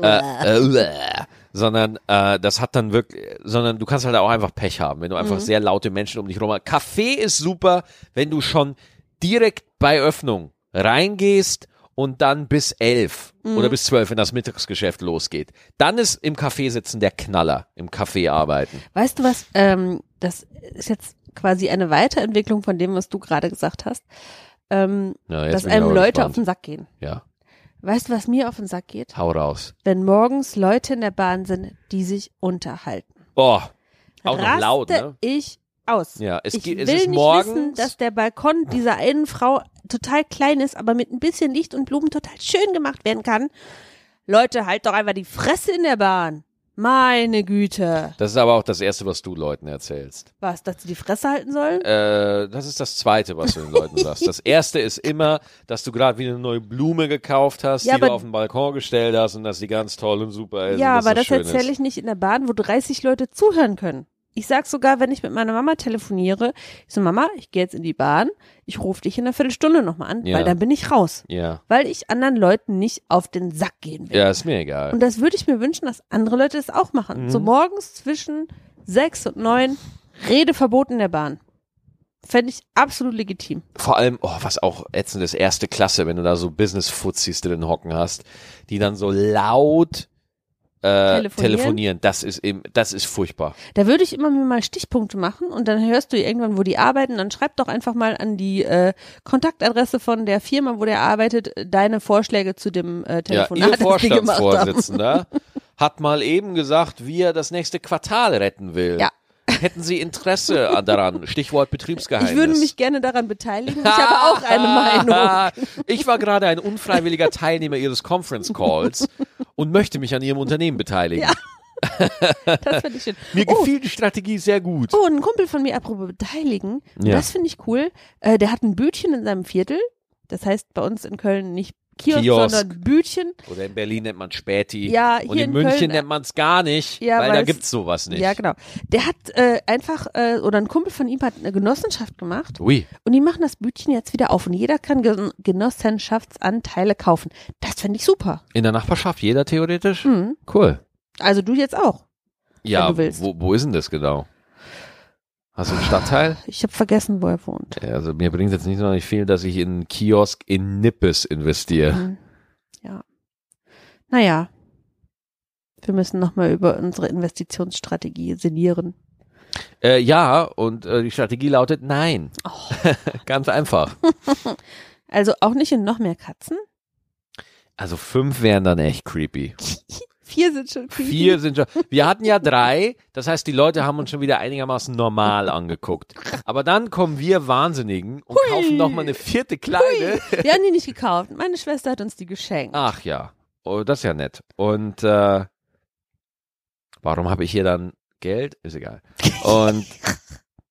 Speaker 1: äh, äh, äh, sondern äh, das hat dann wirklich, sondern du kannst halt auch einfach Pech haben, wenn du
Speaker 2: Mhm.
Speaker 1: einfach sehr laute Menschen um dich rum hast. Kaffee ist super, wenn du schon direkt bei Öffnung reingehst und dann bis elf
Speaker 2: Mhm.
Speaker 1: oder bis zwölf, wenn das Mittagsgeschäft losgeht. Dann ist im Café sitzen der Knaller, im Café arbeiten.
Speaker 2: Weißt du was? Ähm, das ist jetzt quasi eine Weiterentwicklung von dem, was du gerade gesagt hast, ähm,
Speaker 1: Ja, jetzt
Speaker 2: dass
Speaker 1: bin ich
Speaker 2: einem
Speaker 1: aber
Speaker 2: Leute auf
Speaker 1: gespannt.
Speaker 2: den Sack gehen.
Speaker 1: Ja,
Speaker 2: Weißt du, was mir auf den Sack geht?
Speaker 1: hau raus.
Speaker 2: Wenn morgens Leute in der Bahn sind, die sich unterhalten.
Speaker 1: Boah, Oh, auch noch
Speaker 2: Raste
Speaker 1: laut, ne?
Speaker 2: ich aus.
Speaker 1: Ja, es,
Speaker 2: ich
Speaker 1: ge-
Speaker 2: will
Speaker 1: es ist
Speaker 2: nicht
Speaker 1: morgens.
Speaker 2: wissen, dass der Balkon dieser einen Frau total klein ist, aber mit ein bisschen Licht und Blumen total schön gemacht werden kann. Leute, halt doch einfach die Fresse in der Bahn. Meine Güte.
Speaker 1: das ist aber auch das Erste, was du Leuten erzählst.
Speaker 2: Was, dass sie die Fresse halten sollen?
Speaker 1: Äh, das ist das Zweite, was du den Leuten sagst. Das Erste ist immer, dass du gerade wieder eine neue Blume gekauft hast,
Speaker 2: Ja,
Speaker 1: die du
Speaker 2: aber-
Speaker 1: auf den Balkon gestellt hast und dass die ganz toll und super ist. und
Speaker 2: ja,
Speaker 1: Äh, dass
Speaker 2: aber das
Speaker 1: schön
Speaker 2: erzähle
Speaker 1: ist.
Speaker 2: ich nicht in der Bahn, wo 30 Leute zuhören können. Ich sag sogar, wenn ich mit meiner Mama telefoniere, ich so, Mama, ich gehe jetzt in die Bahn, ich rufe dich in einer Viertelstunde nochmal an,
Speaker 1: Ja.
Speaker 2: weil dann bin ich raus.
Speaker 1: Ja.
Speaker 2: Weil ich anderen Leuten nicht auf den Sack gehen will.
Speaker 1: ja, ist mir egal.
Speaker 2: Und das würde ich mir wünschen, dass andere Leute das auch
Speaker 1: Mhm.
Speaker 2: machen. So morgens zwischen sechs und neun Redeverbot in der Bahn. Fände ich absolut legitim.
Speaker 1: Vor allem, oh, was auch ätzend ist, erste Klasse, wenn du da so Business-Fuzis drin hocken hast, die dann so laut äh,
Speaker 2: Telefonieren?
Speaker 1: telefonieren. Das ist eben, das ist furchtbar.
Speaker 2: Da würde ich immer mir mal Stichpunkte machen und dann hörst du irgendwann, wo die arbeiten. Dann schreib doch einfach mal an die äh, Kontaktadresse von der Firma, wo der arbeitet, äh, deine Vorschläge zu dem äh,
Speaker 1: Ja,
Speaker 2: Telefonat,
Speaker 1: ihr
Speaker 2: das die gemacht haben.
Speaker 1: Vorstandsvorsitzender hat mal eben gesagt, wie er das nächste Quartal retten will.
Speaker 2: Ja.
Speaker 1: Hätten Sie Interesse daran? Stichwort Betriebsgeheimnis.
Speaker 2: Ich würde mich gerne daran beteiligen. Ich habe auch eine Meinung.
Speaker 1: Ich war gerade ein unfreiwilliger Teilnehmer Ihres Conference Calls und möchte mich an Ihrem Unternehmen beteiligen.
Speaker 2: Das finde ich schön.
Speaker 1: Mir
Speaker 2: oh,
Speaker 1: gefiel die Strategie sehr gut.
Speaker 2: Oh, ein Kumpel von mir, apropos beteiligen,
Speaker 1: Ja.
Speaker 2: das finde ich cool. Äh, der hat ein Bütchen in seinem Viertel. Das heißt bei uns in Köln nicht Kiosk,
Speaker 1: Kiosk.
Speaker 2: sondern Bütchen.
Speaker 1: Oder in Berlin nennt man Späti.
Speaker 2: Ja,
Speaker 1: und
Speaker 2: hier
Speaker 1: in,
Speaker 2: in
Speaker 1: München
Speaker 2: Köln-
Speaker 1: nennt man es gar nicht,
Speaker 2: Ja,
Speaker 1: weil
Speaker 2: weil
Speaker 1: da
Speaker 2: es-
Speaker 1: gibt's sowas nicht.
Speaker 2: Ja, genau. Der hat äh, einfach, äh, oder ein Kumpel von ihm hat eine Genossenschaft gemacht
Speaker 1: Ui,
Speaker 2: und die machen das Bütchen jetzt wieder auf und jeder kann Gen Genossenschaftsanteile kaufen. Das finde ich super.
Speaker 1: in der Nachbarschaft jeder theoretisch?
Speaker 2: Mhm.
Speaker 1: Cool.
Speaker 2: Also du jetzt auch.
Speaker 1: Ja,
Speaker 2: du willst.
Speaker 1: Wo, wo ist denn das genau? Hast du einen Stadtteil?
Speaker 2: Ich habe vergessen, wo er wohnt.
Speaker 1: Ja, Also mir bringt jetzt nicht so viel, dass ich in einen Kiosk in Nippes investiere.
Speaker 2: Mhm. Ja. Naja. Wir müssen nochmal über unsere Investitionsstrategie sinnieren.
Speaker 1: Äh, ja, und äh, die Strategie lautet nein.
Speaker 2: Oh.
Speaker 1: Ganz einfach.
Speaker 2: Also auch nicht in noch mehr Katzen.
Speaker 1: Also fünf wären dann echt creepy.
Speaker 2: Vier sind schon creepy.
Speaker 1: Vier sind schon. Wir hatten ja drei, das heißt, die Leute haben uns schon wieder einigermaßen normal angeguckt. Aber dann kommen wir Wahnsinnigen und kaufen kaufen nochmal eine vierte kleine.
Speaker 2: Wir haben die nicht gekauft. Meine Schwester hat uns die geschenkt.
Speaker 1: Ach ja, oh, das ist ja nett. Und äh, warum habe ich hier dann Geld? Ist egal. Und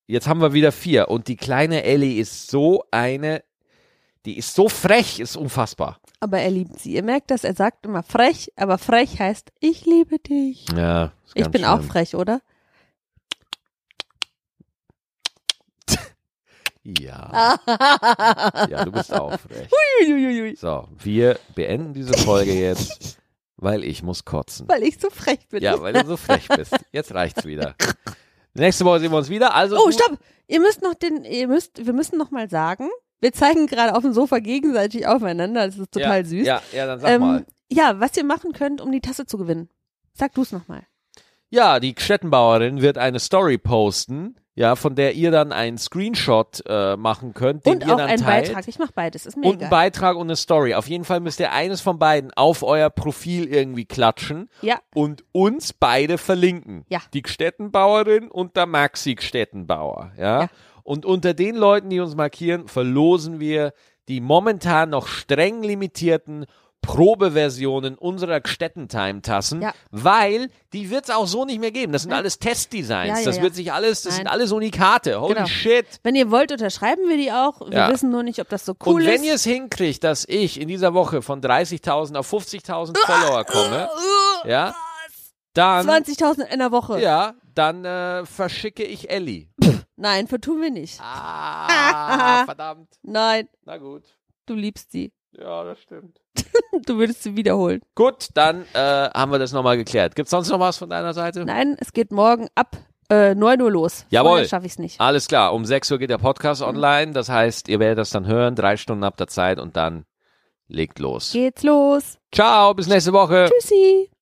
Speaker 1: jetzt haben wir wieder vier. Und die kleine Ellie ist so eine, die ist so frech, ist unfassbar.
Speaker 2: Aber er liebt sie. Ihr merkt das, er sagt immer frech, aber frech heißt, ich liebe dich.
Speaker 1: Ja, ist
Speaker 2: ich
Speaker 1: ganz
Speaker 2: bin
Speaker 1: schlimm.
Speaker 2: auch frech, oder?
Speaker 1: Ja. ja, du bist aufrecht.
Speaker 2: Uiuiuiui.
Speaker 1: So, wir beenden diese Folge jetzt, weil ich muss kotzen.
Speaker 2: Weil ich so frech bin.
Speaker 1: Ja, weil du so frech bist. Jetzt reicht's wieder. Nächste Woche sehen wir uns wieder. Also
Speaker 2: Oh,
Speaker 1: du-
Speaker 2: stopp! Ihr müsst noch den, ihr müsst, wir müssen noch mal sagen, wir zeigen gerade auf dem Sofa gegenseitig aufeinander, das ist total
Speaker 1: ja,
Speaker 2: süß.
Speaker 1: Ja, ja, dann sag
Speaker 2: ähm,
Speaker 1: mal.
Speaker 2: ja, was ihr machen könnt, um die Tasse zu gewinnen. Sag du's noch mal.
Speaker 1: Ja, die Stettenbauerin wird eine Story posten, ja, von der ihr dann einen Screenshot äh, machen könnt, den
Speaker 2: Und
Speaker 1: ihr
Speaker 2: auch
Speaker 1: dann
Speaker 2: einen
Speaker 1: teilt.
Speaker 2: Beitrag. Ich mache beides, ist mir
Speaker 1: Und ein
Speaker 2: egal.
Speaker 1: Beitrag und eine Story. Auf jeden Fall müsst ihr eines von beiden auf euer Profil irgendwie klatschen
Speaker 2: ja,
Speaker 1: und uns beide verlinken.
Speaker 2: Ja.
Speaker 1: Die Gstettenbauerin und der Maxi Gstettenbauer. Ja?
Speaker 2: Ja.
Speaker 1: Und unter den Leuten, die uns markieren, verlosen wir die momentan noch streng limitierten Probeversionen unserer Gstettentime-Tassen,
Speaker 2: Ja. Mhm.
Speaker 1: weil die wird es auch so nicht mehr geben. Das sind alles Testdesigns.
Speaker 2: Ja, ja,
Speaker 1: das
Speaker 2: ja.
Speaker 1: wird sich alles, das sind
Speaker 2: Nein.
Speaker 1: alles Unikate. Holy
Speaker 2: Genau.
Speaker 1: shit.
Speaker 2: wenn ihr wollt, unterschreiben wir die auch. Wir
Speaker 1: Ja.
Speaker 2: wissen nur nicht, ob das so cool
Speaker 1: Und wenn ihr
Speaker 2: ist.
Speaker 1: es hinkriegt, dass ich in dieser Woche von 30.000 auf 50.000 Follower komme,
Speaker 2: Uh,
Speaker 1: ja, dann,
Speaker 2: 20.000 in der Woche.
Speaker 1: ja, dann äh, verschicke ich Elli.
Speaker 2: Nein, vertun wir nicht.
Speaker 1: Ah, verdammt.
Speaker 2: Nein,
Speaker 1: Na gut.
Speaker 2: du liebst sie.
Speaker 1: Ja, das stimmt.
Speaker 2: Du würdest sie wiederholen.
Speaker 1: Gut, dann äh, haben wir das nochmal geklärt. Gibt es sonst noch was von deiner Seite?
Speaker 2: Nein, es geht morgen ab äh, 9 Uhr los.
Speaker 1: Jawohl.
Speaker 2: Vorher schaffe ich es nicht.
Speaker 1: Alles klar, um 6 Uhr geht der Podcast
Speaker 2: Mhm.
Speaker 1: online. Das heißt, ihr werdet das dann hören. Drei Stunden habt ihr Zeit und dann legt los.
Speaker 2: Geht's los.
Speaker 1: Ciao, bis nächste Woche.
Speaker 2: Tschüssi.